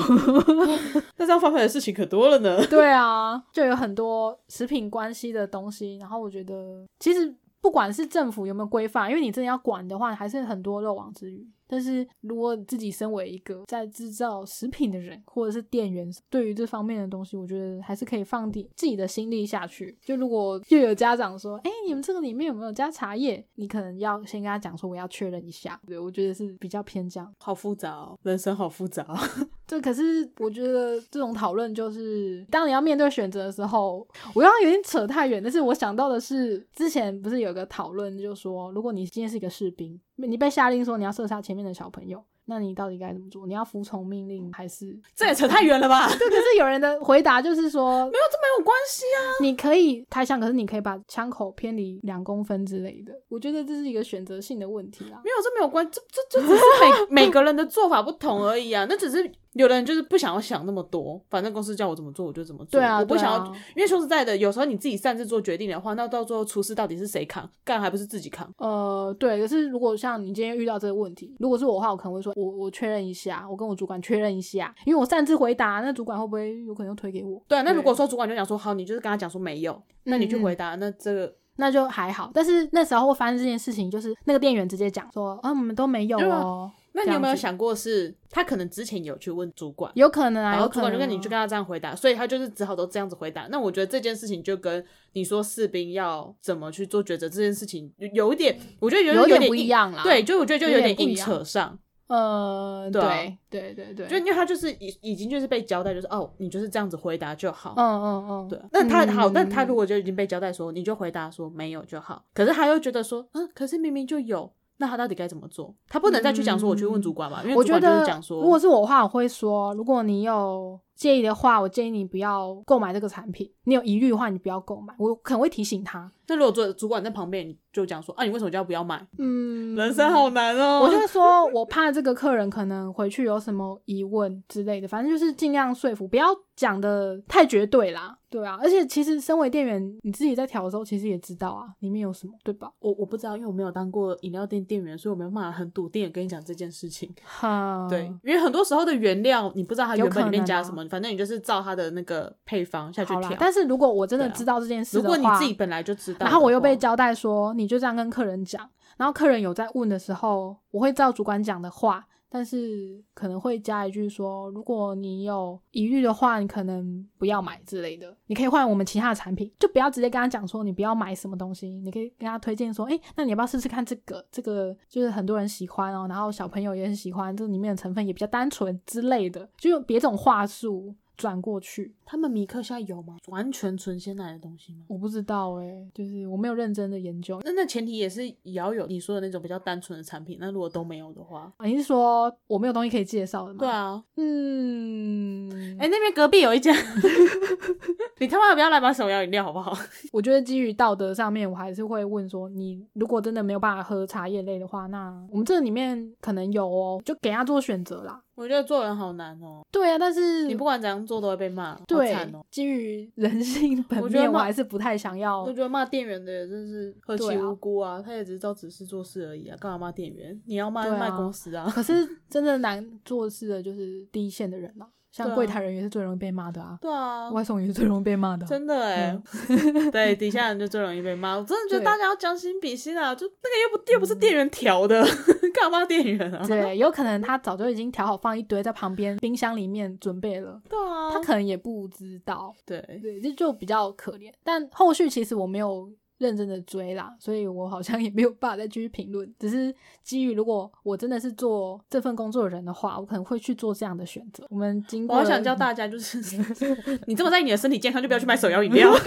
Speaker 1: 但是要翻拍的事情可多 了呢。
Speaker 2: 对啊，就有很多食品关系的东西。然后我觉得，其实不管是政府有没有规范，因为你真的要管的话，还是很多漏网之鱼。但是如果自己身为一个在制造食品的人，或者是店员，对于这方面的东西，我觉得还是可以放点自己的心力下去。就如果又有家长说：“哎、你们这个里面有没有加茶叶？”你可能要先跟他讲说：“我要确认一下。”对，我觉得是比较偏这样。
Speaker 1: 好复杂哦，人生好复杂哦、
Speaker 2: 这可是我觉得这种讨论就是，当你要面对选择的时候，我刚刚有点扯太远，但是我想到的是，之前不是有个讨论，就说如果你今天是一个士兵，你被下令说你要射杀前面的小朋友，那你到底该怎么做？你要服从命令还是？
Speaker 1: 这也扯太远了吧？ 没有，这
Speaker 2: 对，可是有人的回答就是说，
Speaker 1: 没有关系啊。
Speaker 2: 你可以开枪，可是你可以把枪口偏离两公分之类的。我觉得这是一个选择性的问题啦。
Speaker 1: 没有，这没有关，这这这只是 每每个人的做法不同而已啊。那只是有的人就是不想要想那么多，反正公司叫我怎么做我就怎么做。
Speaker 2: 对啊，
Speaker 1: 我不
Speaker 2: 对
Speaker 1: 想要，
Speaker 2: 啊
Speaker 1: 因为说实在的，有时候你自己擅自做决定的话，那到最后出事到底是谁扛？干还不是自己扛？
Speaker 2: 呃，对，可是如果像你今天遇到这个问题，如果是我的话，我可能会说，我我确认一下，我跟我主管确认一下，因为我擅自回答，那主管会不会有可能又推给我？
Speaker 1: 对啊，嗯那如果说主管就讲说好，你就是跟他讲说没有，那你去回答，那这个
Speaker 2: 嗯那就还好。但是那时候会发生这件事情，就是那个店员直接讲说，啊，我们都没有
Speaker 1: 对啊
Speaker 2: 哦，
Speaker 1: 那你有没
Speaker 2: 这
Speaker 1: 有
Speaker 2: 样子
Speaker 1: 想过是他可能之前有去问主管？
Speaker 2: 有可能啊，
Speaker 1: 然后
Speaker 2: 有
Speaker 1: 主
Speaker 2: 可
Speaker 1: 管
Speaker 2: 能
Speaker 1: 就跟你去
Speaker 2: 啊
Speaker 1: 跟他这样回答，所以他就是只好都这样子回答。那我觉得这件事情就跟你说士兵要怎么去做抉择这件事情有有一点，我觉得有
Speaker 2: 有
Speaker 1: 点
Speaker 2: 点不一
Speaker 1: 硬。
Speaker 2: 样啦。
Speaker 1: 对，，就我觉得就有
Speaker 2: 有
Speaker 1: 点
Speaker 2: 点不一
Speaker 1: 硬
Speaker 2: 样
Speaker 1: 扯上，
Speaker 2: 呃，
Speaker 1: 对啊
Speaker 2: 对对对对，
Speaker 1: 就因为他就是已已经就是被交代，就是哦，你就是这样子回答就好。
Speaker 2: 嗯嗯嗯，
Speaker 1: 对，那他好，
Speaker 2: 嗯
Speaker 1: 那他如果就已经被交代说，你就回答说没有就好。可是他又觉得说，嗯，可是明明就有，那他到底该怎么做？他不能再去讲说我去问主管嘛，因为
Speaker 2: 嗯我
Speaker 1: 主
Speaker 2: 觉
Speaker 1: 管就是
Speaker 2: 得
Speaker 1: 讲，说，
Speaker 2: 如果是我的话，我会说，如果你有介意的话，我建议你不要购买这个产品。你有疑虑的话，你不要购买。我可能会提醒他。
Speaker 1: 那如果主主管在旁边，你就讲说啊，你为什么叫不要买？
Speaker 2: 嗯，
Speaker 1: 人生好难哦。
Speaker 2: 我就会说，我怕这个客人可能回去有什么疑问之类的，反正就是尽量说服，不要讲的太绝对啦。对啊，而且其实身为店员，你自己在调的时候，其实也知道啊，里面有什么，对吧？
Speaker 1: 我我不知道，因为我没有当过饮料店店员，所以我没有办法很笃定的跟你讲这件事情。
Speaker 2: 哈，
Speaker 1: 对，因为很多时候的原料你不知道它
Speaker 2: 有
Speaker 1: 原本
Speaker 2: 可
Speaker 1: 里面
Speaker 2: 能
Speaker 1: 加
Speaker 2: 啊
Speaker 1: 什么，反正你就是照它的那个配方下去
Speaker 2: 好
Speaker 1: 调
Speaker 2: 啦。。但是如果我真的
Speaker 1: 对啊
Speaker 2: 知道这件事
Speaker 1: 如
Speaker 2: 的
Speaker 1: 果
Speaker 2: 话，
Speaker 1: 你自己本来就知道的话，
Speaker 2: 然后我又被交代说，你就这样跟客人讲。然后客人有在问的时候，我会照主管讲的话，但是可能会加一句说，如果你有疑虑的话，你可能不要买之类的。你可以换我们其他的产品，就不要直接跟他讲说你不要买什么东西，你可以跟他推荐说，哎，那你要不要试试看这个？这个就是很多人喜欢哦，然后小朋友也很喜欢，这里面的成分也比较单纯之类的，就用别种话术转过去。
Speaker 1: 他们米克现在有吗？完全纯鲜奶的东西吗？
Speaker 2: 我不知道哎、就是我没有认真的研究，
Speaker 1: 那那前提也是也要有你说的那种比较单纯的产品。那如果都没有的话，
Speaker 2: 啊你是说我没有东西可以介绍的吗？
Speaker 1: 对，啊，
Speaker 2: 嗯，
Speaker 1: 哎、
Speaker 2: 哎、
Speaker 1: 那边隔壁有一家， 你他妈不要来买手摇饮料好不 好？
Speaker 2: 我觉得基于道德上面，我还是会问说，你如果真的没有办法喝茶叶类的话，那我们这里面可能有哦，就给他做选择啦。
Speaker 1: 我觉得做人好难哦，
Speaker 2: 对啊，但是
Speaker 1: 你不管怎样做都会被骂，好
Speaker 2: 对
Speaker 1: 惨哦。
Speaker 2: 基于人性本
Speaker 1: 我觉得
Speaker 2: 面，我
Speaker 1: 骂
Speaker 2: 还是不太想要
Speaker 1: 我。觉得骂店员的也真是何
Speaker 2: 哦对
Speaker 1: 其
Speaker 2: 啊
Speaker 1: 无辜啊！他也只是照指示做事而已啊，干嘛骂店员？你要骂就
Speaker 2: 对啊
Speaker 1: 骂公司啊！
Speaker 2: 可是真正难做事的就是第一线的人啦，像
Speaker 1: 对啊
Speaker 2: 柜台人员是最容易被骂的啊，
Speaker 1: 对啊，
Speaker 2: 外送也是最容易被骂的啊、
Speaker 1: 真的哎、 对，底下人就最容易被骂。我真的觉得
Speaker 2: 嗯对嗯
Speaker 1: 大家要将心比心啊！就那个又不又不是店员调的， 干嘛骂店员啊？
Speaker 2: 对，有可能他早就已经调好放一堆在旁边冰箱里面准备了，
Speaker 1: 对啊，
Speaker 2: 他可能也不知道，
Speaker 1: 对，
Speaker 2: 对，这就比较可怜。但后续其实我没有认真的追啦，所以我好像也没有办法再继续评论。只是基于如果我真的是做这份工作的人的话，我可能会去做这样的选择。我们经
Speaker 1: 我
Speaker 2: 过
Speaker 1: 好
Speaker 2: 了
Speaker 1: 想教大家，就是 你这么在意你的身体健康，就不要去买手摇饮 料。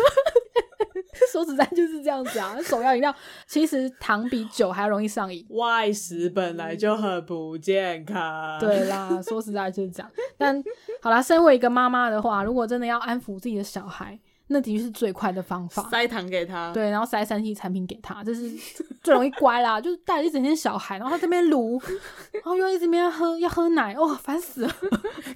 Speaker 2: 说实在就是这样子啊，手摇饮料其实糖比酒还要容易上瘾。
Speaker 1: 外食本来就很不健康，
Speaker 2: 对啦，说实在就是这样。但好啦，身为一个妈妈的话，如果真的要安抚自己的小孩，那的确是最快的方法。
Speaker 1: 塞糖给他，
Speaker 2: 对，然后塞三 C 产品给他，这是最容易乖啦。就是带了一整天小孩，然后他这边撸，然后又一直边喝要喝奶，哦，烦死了，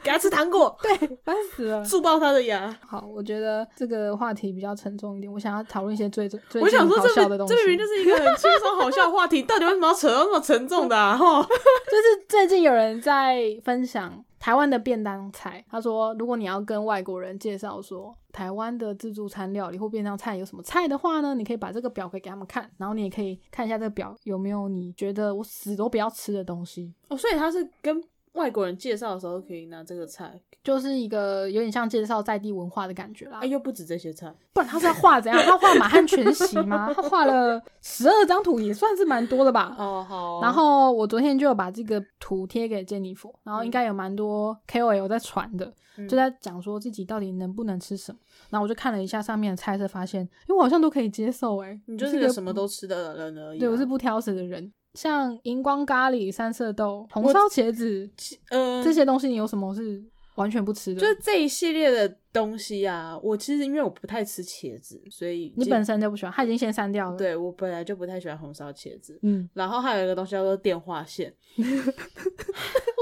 Speaker 1: 给他吃糖果，
Speaker 2: 烦死了。
Speaker 1: 蛀爆他的牙。
Speaker 2: 好，我觉得这个话题比较沉重一点，我想要讨论一些最最最
Speaker 1: 我想
Speaker 2: 近
Speaker 1: 说
Speaker 2: 好
Speaker 1: 这
Speaker 2: 笑
Speaker 1: 明
Speaker 2: 的东西，
Speaker 1: 这明明就是一个很轻松好笑的 话题，到底为什么要扯到那么沉重的、啊？哈，
Speaker 2: 就是最近有人在分享。台湾的便当菜，他说如果你要跟外国人介绍说台湾的自助餐料理或便当菜有什么菜的话呢，你可以把这个表格给他们看，然后你也可以看一下这个表有没有你觉得我死都不要吃的东西，
Speaker 1: 哦，所以他是跟外国人介绍的时候可以拿这个菜，
Speaker 2: 就是一个有点像介绍在地文化的感觉啦
Speaker 1: 啊，。又不止这些菜，
Speaker 2: 不然他是要画怎样？他画满汉全席 吗？他画了十二张图，也算是蛮多的吧。
Speaker 1: 哦，好
Speaker 2: 然后我昨天就有把这个图贴给珍妮佛，然后应该有蛮多 KOL 在传的，
Speaker 1: 嗯
Speaker 2: 就在讲说自己到底能不能吃什么。然后我就看了一下上面的菜色，发现因为我好像都可以接受、欸，哎，
Speaker 1: 你就是
Speaker 2: 个
Speaker 1: 个什么都吃的人而已啊、
Speaker 2: 对，我是不挑食的人。像荧光咖喱、三色豆、红
Speaker 1: 我
Speaker 2: 烧茄子
Speaker 1: 其呃，
Speaker 2: 这些东西，你有什么是完全不吃的？
Speaker 1: 就是这一系列的东西啊，我其实因为我不太吃茄子，所以
Speaker 2: 你
Speaker 1: 基
Speaker 2: 本身就不喜欢，他已经先删掉了。，
Speaker 1: 对我本来就不太喜欢红烧茄子。
Speaker 2: 嗯，
Speaker 1: 然后还有一个东西叫做电话线，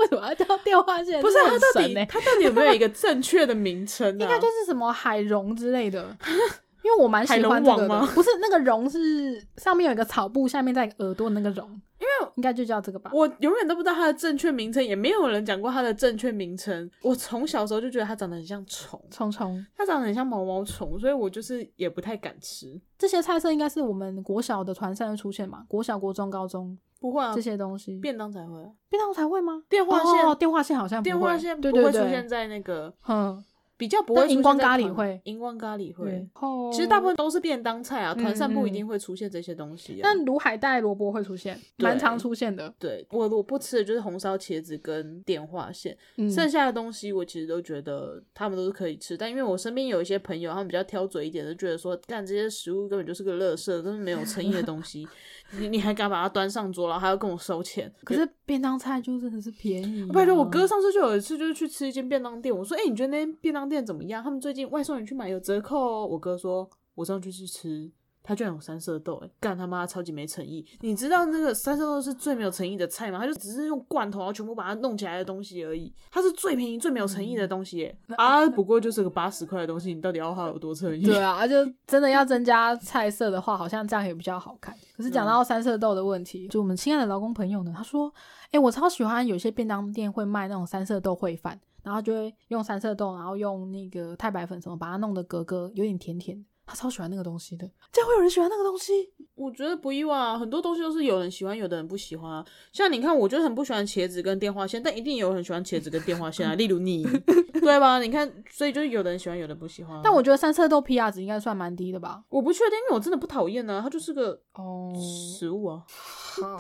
Speaker 2: 为什么要叫电话线？
Speaker 1: 不是
Speaker 2: 真的
Speaker 1: 它
Speaker 2: 很
Speaker 1: 到
Speaker 2: 神
Speaker 1: 底
Speaker 2: 欸
Speaker 1: 它到底有没有一个正确的名称、 啊？
Speaker 2: 应该就是什么海茸之类的，因为我蛮喜欢
Speaker 1: 海茸
Speaker 2: 这个
Speaker 1: 王
Speaker 2: 的
Speaker 1: 吗。
Speaker 2: 不是那个茸是上面有一个草布，下面在耳朵的那个茸，因为应该就叫这个吧。
Speaker 1: 我永远都不知道它的正确名称，也没有人讲过它的正确名称。我从小时候就觉得它长得很像虫，
Speaker 2: 虫虫
Speaker 1: 它长得很像毛毛虫，所以我就是也不太敢吃。
Speaker 2: 这些菜色应该是我们国小的团膳会出现嘛？国小、国中、高中
Speaker 1: 不会啊
Speaker 2: 这，些东西，
Speaker 1: 便当才会啊，
Speaker 2: 便当才会吗？
Speaker 1: 电话线、
Speaker 2: 哦，电话线好像不会
Speaker 1: 电话线不
Speaker 2: 对对
Speaker 1: 会
Speaker 2: 对
Speaker 1: 出现在那个
Speaker 2: 嗯，
Speaker 1: 比较不会
Speaker 2: 但
Speaker 1: 出现
Speaker 2: 荧光
Speaker 1: 在
Speaker 2: 咖喱
Speaker 1: 团
Speaker 2: 会
Speaker 1: 荧光咖喱会
Speaker 2: 对。。哦
Speaker 1: 其实大部分都是便当菜啊，
Speaker 2: 嗯
Speaker 1: 团膳不一定
Speaker 2: 嗯
Speaker 1: 会出现这些东西、啊。
Speaker 2: 但卤海带萝卜会出现，
Speaker 1: 对
Speaker 2: 蛮常出现的。
Speaker 1: 对我我不吃的就是红烧茄子跟电话线，
Speaker 2: 嗯，
Speaker 1: 剩下的东西我其实都觉得他们都是可以吃。但因为我身边有一些朋友，他们比较挑嘴一点，就觉得说干这些食物根本就是个垃圾，根本没有诚意的东西，你你还敢把它端上桌，然后还要跟我收钱？
Speaker 2: 可是便当菜就真的是便宜啊。
Speaker 1: 拜托，我 哥上次就有一次就是去吃一间便当店，我说：“哎、你觉得那间便当店怎么样？他们最近外送你去买有折扣哦。”我哥说：“我上去去吃，他居然有三色豆、哎，干他妈超级没诚意！你知道那个三色豆是最没有诚意的菜吗？他就只是用罐头，然后全部把它弄起来的东西而已，它是最便宜、最没有诚意的东西、哎啊，不过就是个八十块的东西，你到底要它有多诚意？
Speaker 2: 嗯对啊，就真的要增加菜色的话，好像这样也比较好看。可是讲到三色豆的问题，就我们亲爱的劳工朋友呢，他说：“哎、我超喜欢有些便当店会卖那种三色豆烩饭，然后就会用三色豆，然后用那个太白粉什么，把它弄得格格有点甜甜。”他超喜欢那个东西的，这样会有人喜欢那个东西？
Speaker 1: 我觉得不意外啊，很多东西都是有人喜欢，有的人不喜欢啊。像你看，我就很不喜欢茄子跟电话线，但一定有人喜欢茄子跟电话线 啊，例如你，对吧？你看，所以就是有的人喜欢，有的人不喜欢啊、
Speaker 2: 但我觉得三色豆 PR 值应该算蛮低的吧？
Speaker 1: 我不确定，因为我真的不讨厌啊呢、它就是个
Speaker 2: 哦，
Speaker 1: 食物啊，
Speaker 2: 好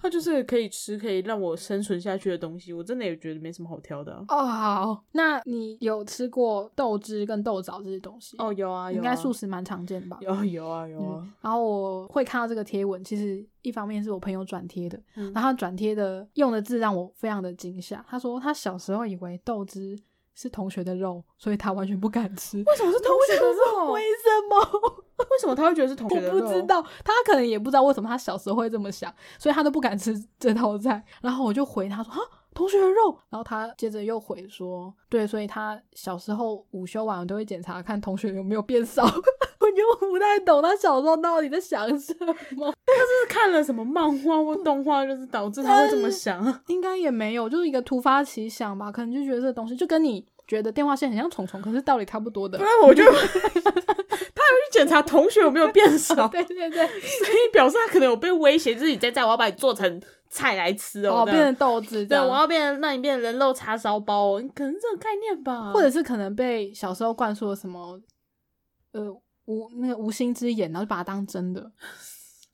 Speaker 1: 它就是可以吃，可以让我生存下去的东西。我真的也觉得没什么好挑的、啊。
Speaker 2: 哦，好。那你有吃过豆汁跟豆枣这些东西？，
Speaker 1: 哦，有啊，有啊
Speaker 2: 应该素食蛮常见的吧？
Speaker 1: 有有啊有
Speaker 2: 嗯
Speaker 1: 啊，，
Speaker 2: 然后我会看到这个贴文，其实一方面是我朋友转贴的，
Speaker 1: 嗯
Speaker 2: 然后他转贴的用的字让我非常的惊吓。他说他小时候以为豆汁是同学的肉，所以他完全不敢吃。为
Speaker 1: 为什么是同学的肉？
Speaker 2: 为
Speaker 1: 为
Speaker 2: 什么？
Speaker 1: 哦什么他会觉得是同学的肉？
Speaker 2: 我不知。道，他可能也不知道为什么他小时候会这么想，所以他都不敢吃 这道菜。然后我就回他说啊。同学的肉，然后他接着又回说，对，所以他小时候午休完我都会检查看同学有没有变少，我 就不太懂他小时候到底在想什么。
Speaker 1: 就是看了什么漫画或动画，就是导致他会这么想。啊
Speaker 2: 应该也没有，就是一个突发奇想吧，可能就觉得这东西就跟你觉得电话线很像虫虫，可是道理差不多的
Speaker 1: 不。然我就他还会去检查同学有没有变少，
Speaker 2: 对 对对，
Speaker 1: 所以表示他可能有被威胁，就是你再这样，我要把你做成菜来吃哦，
Speaker 2: 哦，
Speaker 1: 这
Speaker 2: 变
Speaker 1: 样
Speaker 2: 成豆子这
Speaker 1: 对，
Speaker 2: 样，
Speaker 1: 我要变成让你变成人肉叉烧包哦，可能这个概念吧，
Speaker 2: 或者是可能被小时候灌输了什么，呃，无那个无心之言，然后就把它当真的。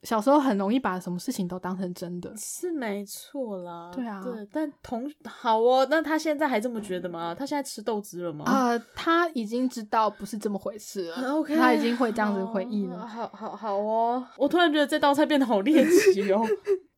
Speaker 2: 小时候很容易把什么事情都当成真的，
Speaker 1: 是没错啦，
Speaker 2: 对啊
Speaker 1: 对，但同好哦，那他现在还这么觉得吗？他现在吃豆汁了吗？
Speaker 2: 呃，他已经知道不是这么回事了
Speaker 1: 啊 OK，
Speaker 2: 啊
Speaker 1: 哦
Speaker 2: 他已经会这样子回忆
Speaker 1: 好
Speaker 2: 了。
Speaker 1: 好好好哦，我突然觉得这道菜变得好猎奇 哦。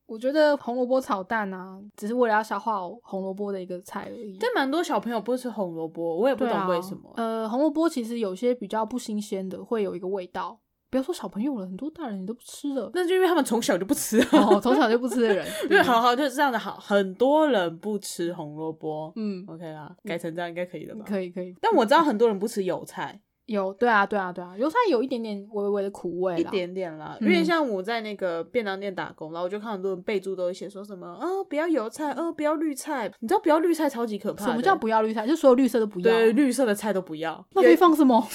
Speaker 2: 我觉得红萝卜炒蛋啊，只是为了要消化红萝卜的一个菜而已。
Speaker 1: 但蛮多小朋友不会吃红萝卜，我也不
Speaker 2: 对
Speaker 1: 懂
Speaker 2: 啊
Speaker 1: 为什么。。
Speaker 2: 呃，红萝卜其实有些比较不新鲜的，会有一个味道。不要说小朋友了，很多大人也都不吃了
Speaker 1: 那就因为他们从小就不吃啊。
Speaker 2: 哦，从小就不吃的人，
Speaker 1: 因为
Speaker 2: 嗯
Speaker 1: 好好就是这样的好，很多人不吃红萝卜、
Speaker 2: 嗯，
Speaker 1: o k 啦，改成这样应该可以了吧？
Speaker 2: 可以可以。
Speaker 1: 但我知道很多人不吃油菜，
Speaker 2: 有，对啊，对啊，对啊，有它有一点点微微的苦味
Speaker 1: 一
Speaker 2: 啦。
Speaker 1: 点点啦，
Speaker 2: 嗯
Speaker 1: 因为像我在那个便当店打工，然后我就看很多人备注都会写说什么，呃，不要油菜，呃，不要绿菜，你知道不要绿菜超级可怕的，欸
Speaker 2: 什么叫不要绿菜？就所有绿色都不要。
Speaker 1: 对，绿色的菜都不要，
Speaker 2: 那可以放 什么？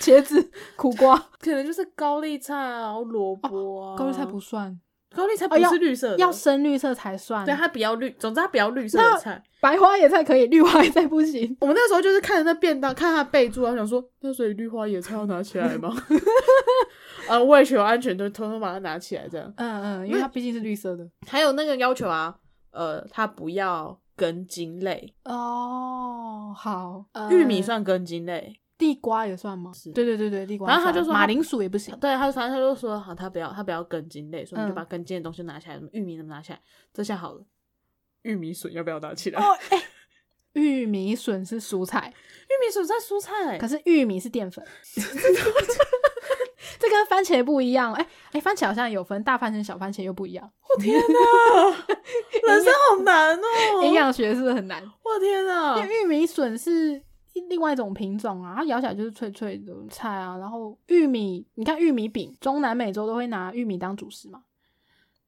Speaker 2: 茄子、苦瓜、
Speaker 1: 可能就是高丽菜啊，然后萝卜啊、
Speaker 2: 哦高丽菜不算，
Speaker 1: 高丽菜
Speaker 2: 哦
Speaker 1: 不
Speaker 2: 要
Speaker 1: 是绿色的，
Speaker 2: 要深绿色才算。
Speaker 1: 呃对它不要绿，总之它不要绿色
Speaker 2: 那
Speaker 1: 的菜。
Speaker 2: 白花野菜可以，绿花野菜 不行。
Speaker 1: 我们那时候就是看着那便当，看它备注，然后想说，那所以绿花野菜要拿起来吗？ 呃，为求安全，就偷偷把它拿起来这样。
Speaker 2: 嗯嗯，因为它毕竟是绿色的。
Speaker 1: 还有那个要求啊，呃，它不要根茎类，
Speaker 2: 哦，好，呃
Speaker 1: 玉米、算根茎类。
Speaker 2: 地瓜也算吗？对对对对，地瓜也
Speaker 1: 然
Speaker 2: 算。
Speaker 1: 后他就说他
Speaker 2: 马铃薯也不行。
Speaker 1: 对，他反正他就说好，他不要，他不要根茎类，所以我们就
Speaker 2: 嗯
Speaker 1: 把根茎的东西拿起来，什么玉米能不能拿下来？这下好了，玉米笋要不要拿起来？
Speaker 2: 哦，哎、 玉米笋是蔬菜，
Speaker 1: 玉米笋算蔬菜
Speaker 2: 可，是玉米是淀粉。 这跟番茄不一样，哎、哎、番茄好像有分大番茄、小番茄又不一样，
Speaker 1: 我天哪，啊 人生好难哦！
Speaker 2: 营养学是不是很难？嗯
Speaker 1: 我天啊哪
Speaker 2: 因，为玉米笋是另外一种品种啊，它咬起来就是脆脆的菜啊。然后玉米，你看玉米饼，中南美洲都会拿玉米当主食嘛，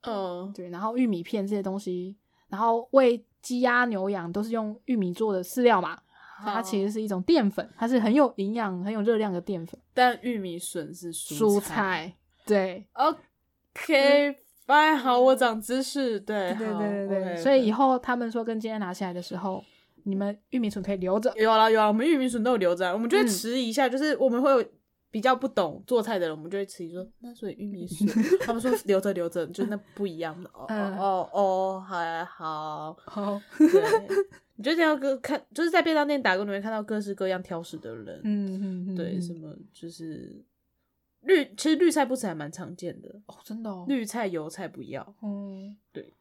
Speaker 1: 嗯，
Speaker 2: 对。然后玉米片这些东西，然后喂鸡鸭牛羊都是用玉米做的饲料嘛，所以它其实是一种淀粉，它是很有营养、很有热量的淀粉，
Speaker 1: 但玉米笋是
Speaker 2: 蔬
Speaker 1: 菜。
Speaker 2: 菜。对，
Speaker 1: OK，拜、好，我长知识，对，
Speaker 2: 对
Speaker 1: 好
Speaker 2: 对对对，
Speaker 1: ，OK，
Speaker 2: 所以以
Speaker 1: 好
Speaker 2: 后他们说跟今天拿起来的时候，你们玉米笋可以留着。
Speaker 1: 有啦有啦，我们玉米笋都有留着啊，我们就会
Speaker 2: 嗯
Speaker 1: 迟疑一下，就是我们会有。比较不懂做菜的人，我们就会迟疑说：“那所以玉 米笋，他们说留着留着，就那不一样的哦
Speaker 2: 嗯
Speaker 1: 哦哦哦，还 好。
Speaker 2: 好，”
Speaker 1: 对，你就这样各看，就是在便当店打工，你会看到各式各样挑食的人。
Speaker 2: 嗯嗯嗯，
Speaker 1: 对，
Speaker 2: 嗯
Speaker 1: 什么就是绿，其实绿菜不吃还蛮常见的，
Speaker 2: 哦，真的哦，
Speaker 1: 绿菜、油菜不要。
Speaker 2: 嗯，
Speaker 1: 对，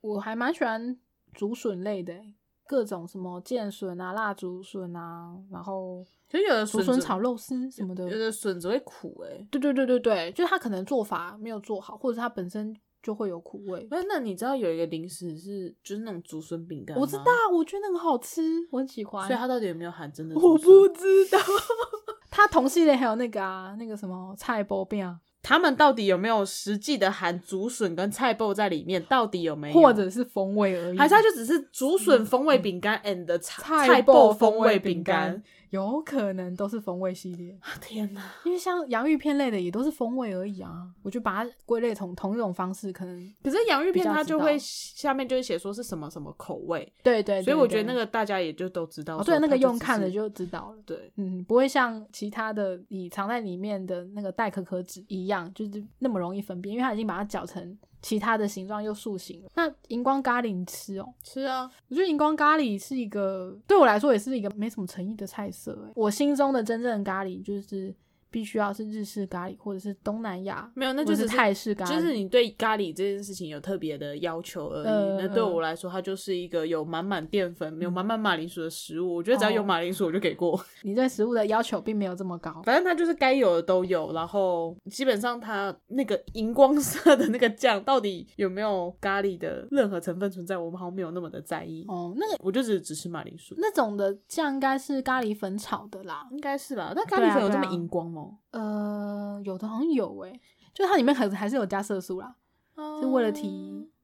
Speaker 2: 我还蛮喜欢竹笋类的欸，各种什么剑笋啊、蜡竹笋啊，然后
Speaker 1: 可是有的
Speaker 2: 竹
Speaker 1: 笋
Speaker 2: 笋
Speaker 1: 子
Speaker 2: 炒肉丝什么的。
Speaker 1: 有的笋子会苦哎、
Speaker 2: 对对对对对，就是它可能做法没有做好，或者它本身就会有苦味。
Speaker 1: 那那你知道有一个零食是就是那种竹笋饼干吗
Speaker 2: 我知道，，我觉得那个好吃，我很喜欢
Speaker 1: 所以。它到底有没有含真的？
Speaker 2: 我不，知道， 它同系列还有那个啊，那个什么菜包饼啊，
Speaker 1: 他们到底有没有实际的含竹笋跟菜脯在里面？到底有没有？
Speaker 2: 或者是风味而已，
Speaker 1: 还是它就只是竹笋风味饼干 and 嗯菜
Speaker 2: 菜
Speaker 1: 脯
Speaker 2: 包
Speaker 1: 风
Speaker 2: 味
Speaker 1: 饼
Speaker 2: 干
Speaker 1: 干？，
Speaker 2: 有可能都是风味系 列。
Speaker 1: 啊天哪！
Speaker 2: 因为像洋芋片类的也都是风味而已啊，我就把它归类同同一种方式，可能
Speaker 1: 可是洋芋片
Speaker 2: 比较
Speaker 1: 它
Speaker 2: 知
Speaker 1: 就
Speaker 2: 道
Speaker 1: 会下面就会写说是什么什么口味，
Speaker 2: 对对
Speaker 1: 所以我觉得那
Speaker 2: 个
Speaker 1: 个大家也就都知道说它
Speaker 2: 哦，
Speaker 1: 只
Speaker 2: 对
Speaker 1: 是。
Speaker 2: 那个用看了就知道了。
Speaker 1: 对。
Speaker 2: 嗯，不会像其他的你藏在里面的那个代可可脂一样，就是那么容易分辨，因为它已经把它搅成其他的形状又塑形了。那荧光咖喱你吃哦，
Speaker 1: 吃啊，
Speaker 2: 我觉得荧光咖喱是一个对我来说也是一个没什么诚意的菜色、欸。我心中的真正的咖喱就是必须要是日式咖喱，或者是东南亚，
Speaker 1: 没有，那
Speaker 2: 或
Speaker 1: 就
Speaker 2: 者是泰式咖喱，
Speaker 1: 就是你对咖喱这件事情有特别的要求而已。
Speaker 2: 嗯
Speaker 1: 那对我来说，它就是一个有满满淀粉、有满满马铃薯的食物。我觉得只要有
Speaker 2: 哦
Speaker 1: 马铃薯，我就给过。
Speaker 2: 你对食物的要求并没有这么高。
Speaker 1: 反正它就是该有的都有。然后基本上它那个荧光色的那个酱，到底有没有咖喱的任何成分存在，我们好像没有那么的在意。
Speaker 2: 哦，那个
Speaker 1: 我就只只吃马铃薯，
Speaker 2: 那种的酱应该是咖喱粉炒的啦。
Speaker 1: 嗯应该是吧？但
Speaker 2: 对
Speaker 1: 咖
Speaker 2: 啊
Speaker 1: 喱粉有这
Speaker 2: 对啊
Speaker 1: 么荧光吗？
Speaker 2: 呃，有的好像有诶、就它里面还还是有加色素啦，
Speaker 1: 哦
Speaker 2: 是为了提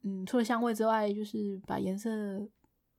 Speaker 2: 嗯，除了香味之外，就是把颜色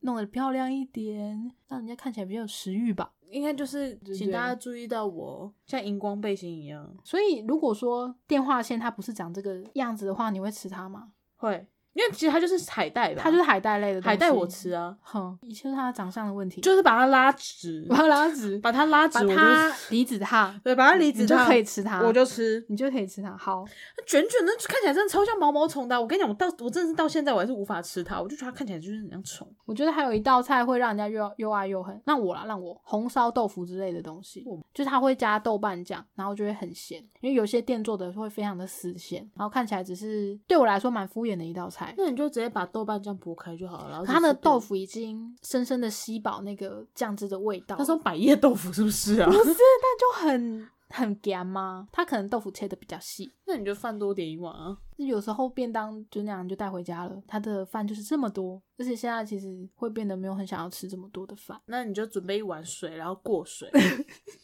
Speaker 2: 弄得漂亮一点，让人家看起来比较有食欲吧。
Speaker 1: 应该就是
Speaker 2: 对
Speaker 1: 请
Speaker 2: 对
Speaker 1: 大家注意到我，像荧光背心一样。
Speaker 2: 所以如果说电话线它不是长这个样子的话，你会吃它吗？
Speaker 1: 会，因为其实它就是海带吧，
Speaker 2: 它就是海带类的东西
Speaker 1: 海带，我吃。啊，
Speaker 2: 哼，一切是它长相的问题。
Speaker 1: 就是把它拉直
Speaker 2: 把，它拉 直，
Speaker 1: 把它拉直，
Speaker 2: 把
Speaker 1: 我就
Speaker 2: 它 离子烫，
Speaker 1: 对， 把它离子
Speaker 2: 你就
Speaker 1: 烫
Speaker 2: 可以吃它。
Speaker 1: 我就吃。
Speaker 2: 你就可以吃它。好，
Speaker 1: 那卷卷的看起来真的超像毛毛虫的啊、我跟你讲，我到我真的是到现在我还是无法吃它，我就觉得它看起来就是很像虫。
Speaker 2: 我觉得还有一道菜会让人家又又爱又恨。那我啦，让我红烧豆腐之类的东西
Speaker 1: 我，
Speaker 2: 就是它会加豆瓣酱，然后就会很咸，因为有些店做的会非常的死咸，然后看起来只是对我来说蛮敷衍的一道菜。
Speaker 1: 那你就直接把豆瓣酱剥开就好了。然后
Speaker 2: 它
Speaker 1: 只
Speaker 2: 的
Speaker 1: 是
Speaker 2: 豆，腐已经深深的吸饱那个酱汁的味道，
Speaker 1: 那是用百叶豆腐是不是啊？
Speaker 2: 不是，但就很很干吗？它可能豆腐切的比较细。
Speaker 1: 那你就饭多点一碗啊。
Speaker 2: 有时候便当就那样就带回家了，它的饭就是这么多，而且现在其实会变得没有很想要吃这么多的饭
Speaker 1: 那你就准备一碗水，然后过 水，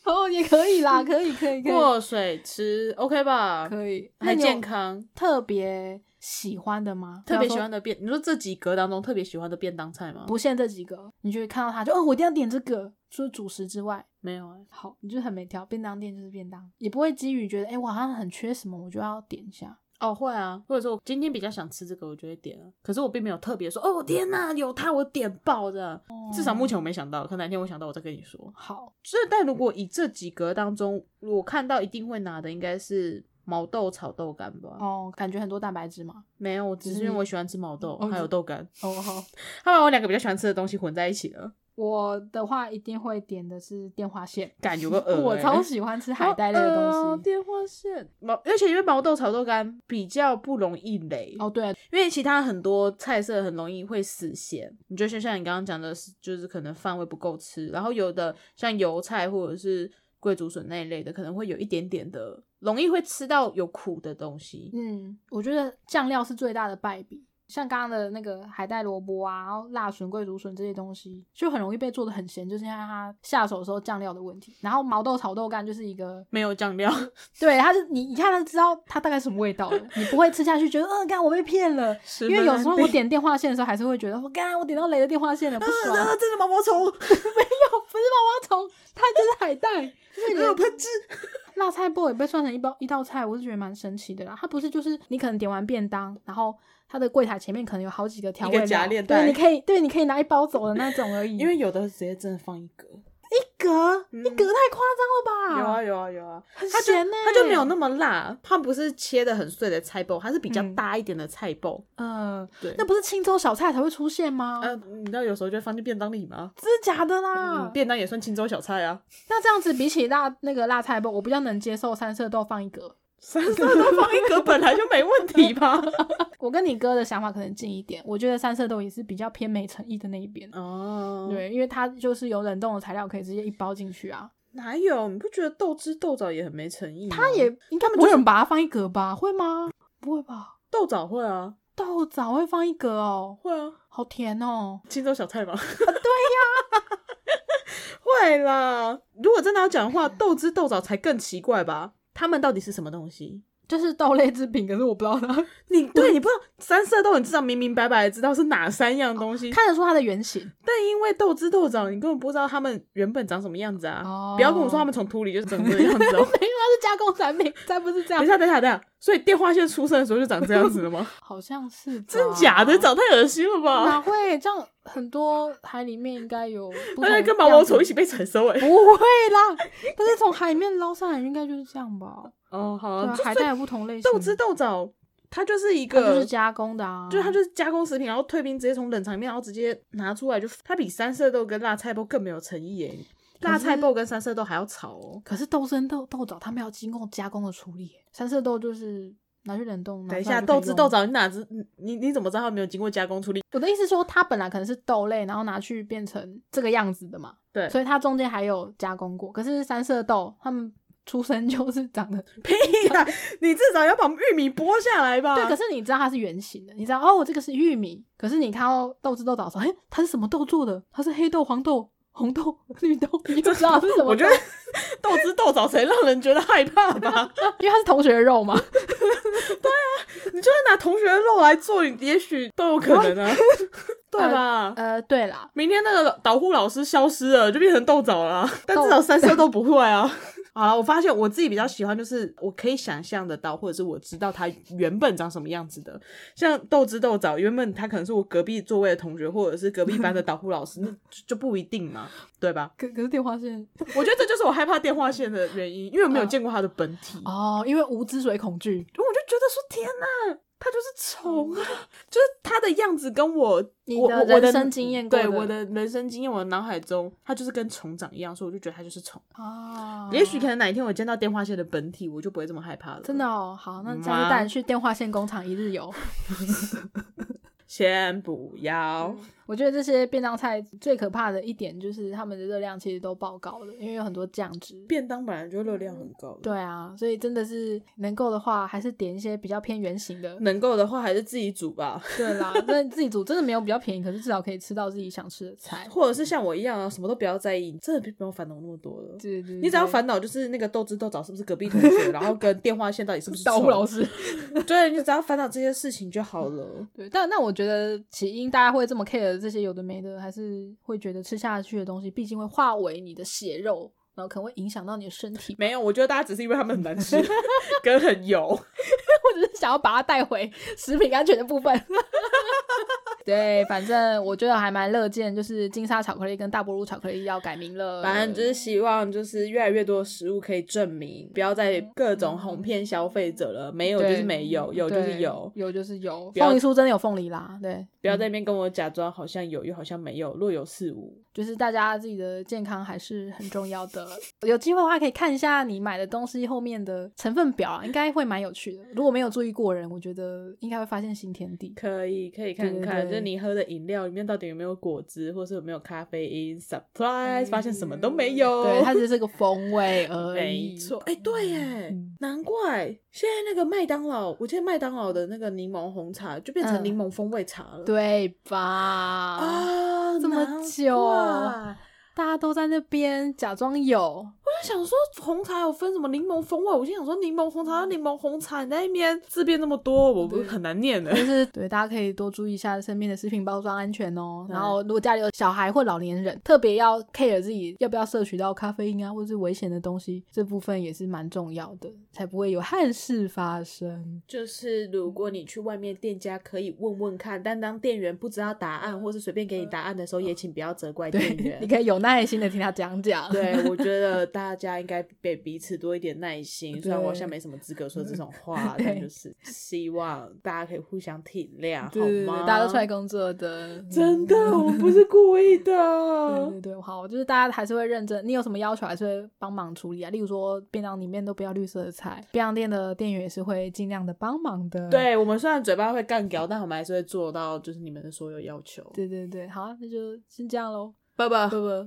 Speaker 2: 哦，也可以 啦，可以可以可以
Speaker 1: 过水吃，OK 吧？
Speaker 2: 可以，那
Speaker 1: 还
Speaker 2: 你有
Speaker 1: 健康。
Speaker 2: 特别喜欢的吗？
Speaker 1: 特别
Speaker 2: 比方说
Speaker 1: 喜欢的便，你说这几格当中特别喜欢的便当菜吗？
Speaker 2: 不限这几个，你就会看到它就哦，我一定要点这个。除了主食之外，
Speaker 1: 没有哎、
Speaker 2: 好，你就很没挑，便当店就是便当，也不会基于觉得哎、我好像很缺什么，我就要点一下。
Speaker 1: 哦，会啊，或者说我今天比较想吃这个，我就会点了。可是我并没有特别说，哦天哪，有它我点爆的。
Speaker 2: 哦
Speaker 1: 至少目前我没想到，可哪天我想到我再跟你说。
Speaker 2: 好，
Speaker 1: 所以，但如果以这几格当中，我看到一定会拿的应该是毛豆炒豆干吧？
Speaker 2: 哦，感觉很多蛋白质嘛。
Speaker 1: 没有，我只是因为我喜欢吃毛豆，
Speaker 2: 哦
Speaker 1: 还有豆干，
Speaker 2: 哦，好，
Speaker 1: 他把我两个比较喜欢吃的东西混在一起了，
Speaker 2: 我的话一定会点的是电话线，
Speaker 1: 感有个恶、
Speaker 2: 我
Speaker 1: 欸
Speaker 2: 超喜欢吃海带类的
Speaker 1: 好
Speaker 2: 东
Speaker 1: 饿哦
Speaker 2: 西。
Speaker 1: 电话线毛，而且因为毛豆炒豆干比较不容易雷，
Speaker 2: 哦，对，
Speaker 1: 因为其他很多菜色很容易会死咸，你就像像你刚刚讲的是，就是可能饭味不够吃，然后有的像油菜或者是贵竹笋那一类的，可能会有一点点的容易会吃到有苦的东西。
Speaker 2: 嗯，我觉得酱料是最大的败笔。像刚刚的那个海带萝卜啊，然后辣笋、桂竹笋这些东西，就很容易被做的很咸，就是因为它下手的时候酱料的问题。然后毛豆炒豆干就是一个，
Speaker 1: 没有酱 料，
Speaker 2: 对，它是你一看就知道它大概什么味道了，你不会吃下去觉得，嗯、干我被骗了。因为有时候我点电话线的时候，还是会觉得，我干我点到雷的电 话线了，不爽。
Speaker 1: 啊，这是毛毛虫，
Speaker 2: 不是毛毛虫，它就是海带。就是你
Speaker 1: 没有喷汁。
Speaker 2: 辣菜包也被算成一包一道菜，我是觉得蛮神奇的啦。它不是就是你可能点完便当，然后它的柜台前面可能有好几个调味
Speaker 1: 一个夹
Speaker 2: 料，
Speaker 1: 链
Speaker 2: 对，
Speaker 1: 袋
Speaker 2: 你可以对，你可以拿一包走的那种而 已。
Speaker 1: 因为有的直接真的放一格，
Speaker 2: 一格、
Speaker 1: 嗯
Speaker 2: 一格太夸张了吧？
Speaker 1: 有 啊，有啊有啊，
Speaker 2: 很
Speaker 1: 它就
Speaker 2: 咸呢、
Speaker 1: 它就没有那么辣，它不是切的很碎的菜包，它是比较
Speaker 2: 嗯
Speaker 1: 大一点的菜包。
Speaker 2: 呃，
Speaker 1: 对，
Speaker 2: 那不是青州小菜才会出现吗？
Speaker 1: 呃，你知道有时候就会放进便当里吗？
Speaker 2: 真的假的啦
Speaker 1: 嗯，？便当也算青州小菜啊，
Speaker 2: 那这样子比起辣那个辣菜包，我比较能接受三色豆放一 格。
Speaker 1: 三色豆放一格本来就没问题吧？
Speaker 2: 我跟你哥的想法可能近一点，我觉得三色豆也是比较偏没诚意的那一边。
Speaker 1: 哦，，
Speaker 2: 对，因为它就是有冷冻的材料，可以直接一包进去啊。
Speaker 1: 哪有？你不觉得豆汁豆枣也很没诚意吗？
Speaker 2: 它也应该不会有人把它放一格吧？会吗？不会吧？
Speaker 1: 豆枣会啊，
Speaker 2: 豆枣会放一格哦，
Speaker 1: 会啊，
Speaker 2: 好甜哦。
Speaker 1: 青州小菜吗？对 呀、会啦。如果真的要讲的话，豆汁豆枣才更奇怪吧？他们到底是什么东西？
Speaker 2: 就是豆类制品，可是我 不知道它，
Speaker 1: 你对你不知道三色豆，你至少明明白白的知道是哪三样东西，
Speaker 2: 看得出它的原型。
Speaker 1: 但因为豆汁豆枣，你根本不知道它们原本长什么样子啊！
Speaker 2: 哦
Speaker 1: 不要跟我说它们从土里就是长这个样子哦。
Speaker 2: 没有，它是加工产品，才不是这样
Speaker 1: 等一。下，等一下，等一下，所以电话线出生的时候就长这样子了吗？
Speaker 2: 好像是吧
Speaker 1: 真假的， 啊长太恶心了吧？
Speaker 2: 哪会这样？很多海里面应该有不同
Speaker 1: 它
Speaker 2: 样
Speaker 1: 在
Speaker 2: 子，
Speaker 1: 跟毛毛虫一起被采收哎、
Speaker 2: 不会啦，但是从海里面捞上来应该就是这样吧？
Speaker 1: 哦，好、
Speaker 2: 对啊
Speaker 1: 啊，，
Speaker 2: 海带有不同类型，
Speaker 1: 豆汁豆枣，它就是一
Speaker 2: 它就
Speaker 1: 个
Speaker 2: 是，加工的啊，
Speaker 1: 就是它就是加工食品，然后退冰直接从冷藏里面，然后直接拿出来就，它比三色豆跟辣菜包更没有诚意哎、
Speaker 2: 可是
Speaker 1: 辣菜包跟三色豆还要炒哦。
Speaker 2: 可是豆生豆豆枣它们要经过加工的处理耶，三色豆就是拿去冷冻。拿
Speaker 1: 等一
Speaker 2: 出来
Speaker 1: 下，
Speaker 2: 就可以
Speaker 1: 豆汁
Speaker 2: 用
Speaker 1: 豆，枣，你哪知你你你怎么知道它没有经过加工处理？
Speaker 2: 我的意思说它本来可能是豆类，然后拿去变成这个样子的嘛，
Speaker 1: 对
Speaker 2: 所以它中间还有加工过。可是三色豆它们出生就是 长得，
Speaker 1: 屁呀、你至少要把玉米剥下来吧？
Speaker 2: 对，可是你知道它是圆形的，你知道哦，这个是玉米，可是你看到豆汁豆枣说，哎，它是什么豆做的？它是黑豆、黄豆、红豆、 绿豆，你就知道是什么豆。
Speaker 1: 我觉得豆汁豆枣才让人觉得害怕 吧？
Speaker 2: 因为它是同学的肉嘛，
Speaker 1: 你就算拿同学的肉来做，你也许都有可能啊， 对吧？
Speaker 2: 呃，对啦，
Speaker 1: 明天那个导护老师消失了，就变成豆枣了啊、但至少三色豆不会啊。 好了，我发现我自己比较喜欢，就是我可以想象得到，或者是我知道它原本长什么样子的。像豆汁豆枣，原本它可能是我隔壁座位的同学，或者是隔壁班的导护老 师，那就就不一定嘛，对吧？
Speaker 2: 可可是电话线
Speaker 1: 我觉得这就是我害怕电话线的原因，因为我没有
Speaker 2: 嗯
Speaker 1: 见过它的本体。
Speaker 2: 哦，因为无知所以恐惧，
Speaker 1: 我就觉得说天哪，它就是虫啊，就是它的样子跟我
Speaker 2: 嗯你
Speaker 1: 我
Speaker 2: 的
Speaker 1: 我我
Speaker 2: 人生经验过
Speaker 1: 对
Speaker 2: 的
Speaker 1: 我的人生经验，我的脑海中它就是跟虫长一样，所以我就觉得它就是虫。
Speaker 2: 啊，
Speaker 1: 也许可能哪一天我见到电话线的本体，我就不会这么害怕了。
Speaker 2: 真的哦。好，那这样
Speaker 1: 妈
Speaker 2: 就带你去电话线工厂一日游。
Speaker 1: 先不要，
Speaker 2: 我觉得这些便当菜最可怕的一点就是它们的热量其实都爆高了，因为有很多酱汁。
Speaker 1: 便当本来就热量很高的，
Speaker 2: 对啊，所以真的是能够的话，还是点一些比较偏圆形的。
Speaker 1: 能够的话还是自己煮吧，
Speaker 2: 对啦， 那自己煮真的没有比较便宜，可是至少可以吃到自己想吃的菜。
Speaker 1: 或者是像我一样啊，什么都不要在意，你真的不用烦恼那么多了。
Speaker 2: 对对，
Speaker 1: 你只要烦恼就是那个斗智斗找是不是隔壁同学，然后跟电话线到底 是不是
Speaker 2: 导护老
Speaker 1: 错，
Speaker 2: 师。
Speaker 1: 对，你只要烦恼这些事情就好了。
Speaker 2: 对，但那我觉得起因大家会这么 care 这些有的没的，还是会觉得吃下去的东西，毕竟会化为你的血肉，然后可能会影响到你的身体，
Speaker 1: 没有，我觉得大家只是因为他们很难吃， 跟很油。
Speaker 2: 或者是想要把它带回 食品安全的部分。 对，反正我觉得还蛮乐见，就是金沙巧克力跟大波路巧克力要改名了。
Speaker 1: 反正就是希望，就是越来越多的食物可以证明，不要再各种哄骗消费者了。没有就是
Speaker 2: 对嗯
Speaker 1: 没有，有就是
Speaker 2: 对
Speaker 1: 有，
Speaker 2: 有就是有。
Speaker 1: 不要
Speaker 2: 凤梨酥真的有凤梨啦，对，
Speaker 1: 不要在那边跟我假装好像有，又好像没有，若有似无。
Speaker 2: 就是大家自己的健康还是很重要的。 有机会的话，可以看一下你买的东西后面的成分表啊，应该会蛮有趣的。如果没有注意过的人，我觉得应该会发现新天地。
Speaker 1: 可以，可以看看，
Speaker 2: 对对
Speaker 1: 就是你喝的饮料里面到底有没有果汁，或是有没有咖啡因？Surprise，发现什么都没有。
Speaker 2: 对，它只是个风 味而已。
Speaker 1: 没错，，哎、对耶
Speaker 2: 嗯，
Speaker 1: 难怪现在那个麦当劳，我记得麦当劳的那个柠檬红茶就变成
Speaker 2: 嗯
Speaker 1: 柠檬风味茶了。
Speaker 2: 对吧？
Speaker 1: 啊，
Speaker 2: 这么
Speaker 1: 难
Speaker 2: 久
Speaker 1: 怪
Speaker 2: 大家都在那边假装有，
Speaker 1: 我就想说，红茶有分什么柠檬风味？我心想说，柠檬红茶，柠檬红茶，你在那边字变那么多，我不
Speaker 2: 对
Speaker 1: 很难 念的
Speaker 2: 就。是对大家可以多注意一下身边的食品包装安全哦。
Speaker 1: 嗯
Speaker 2: 然后，如果家里有小孩或老年人，特别要 care 自己要不要摄取到咖啡因啊，或是危险的东西，这部分也是蛮重要的，才不会有憾事发生。
Speaker 1: 就是如果你去外面店家可以问问看，但当店员不知道答案或是随便给你答案的时候，也请不要责怪店
Speaker 2: 对， 你
Speaker 1: 员。
Speaker 2: 可以有耐心的听他讲 讲。
Speaker 1: 对，我觉得大家应该给彼此多一点耐心。虽然我好像没什么资格说这种 话，
Speaker 2: 对
Speaker 1: 但就是希望大家可以互相体谅，
Speaker 2: 对对对
Speaker 1: 好吗？
Speaker 2: 大家都出来工作的，哦
Speaker 1: 真的，我们不是故 意
Speaker 2: 嗯对
Speaker 1: 的。
Speaker 2: 对对，好，就是大家还是会认真，你有什么要求还是会帮忙处理啊。例如说，便当里面都不要绿色的菜，便当店的店员也是会尽量的帮忙的。
Speaker 1: 对我们虽然嘴巴会干嚼，但我们还是会做到，就是你们的所有要求。
Speaker 2: 对对对，好，那就先这样喽，
Speaker 1: 拜拜
Speaker 2: 拜。拜。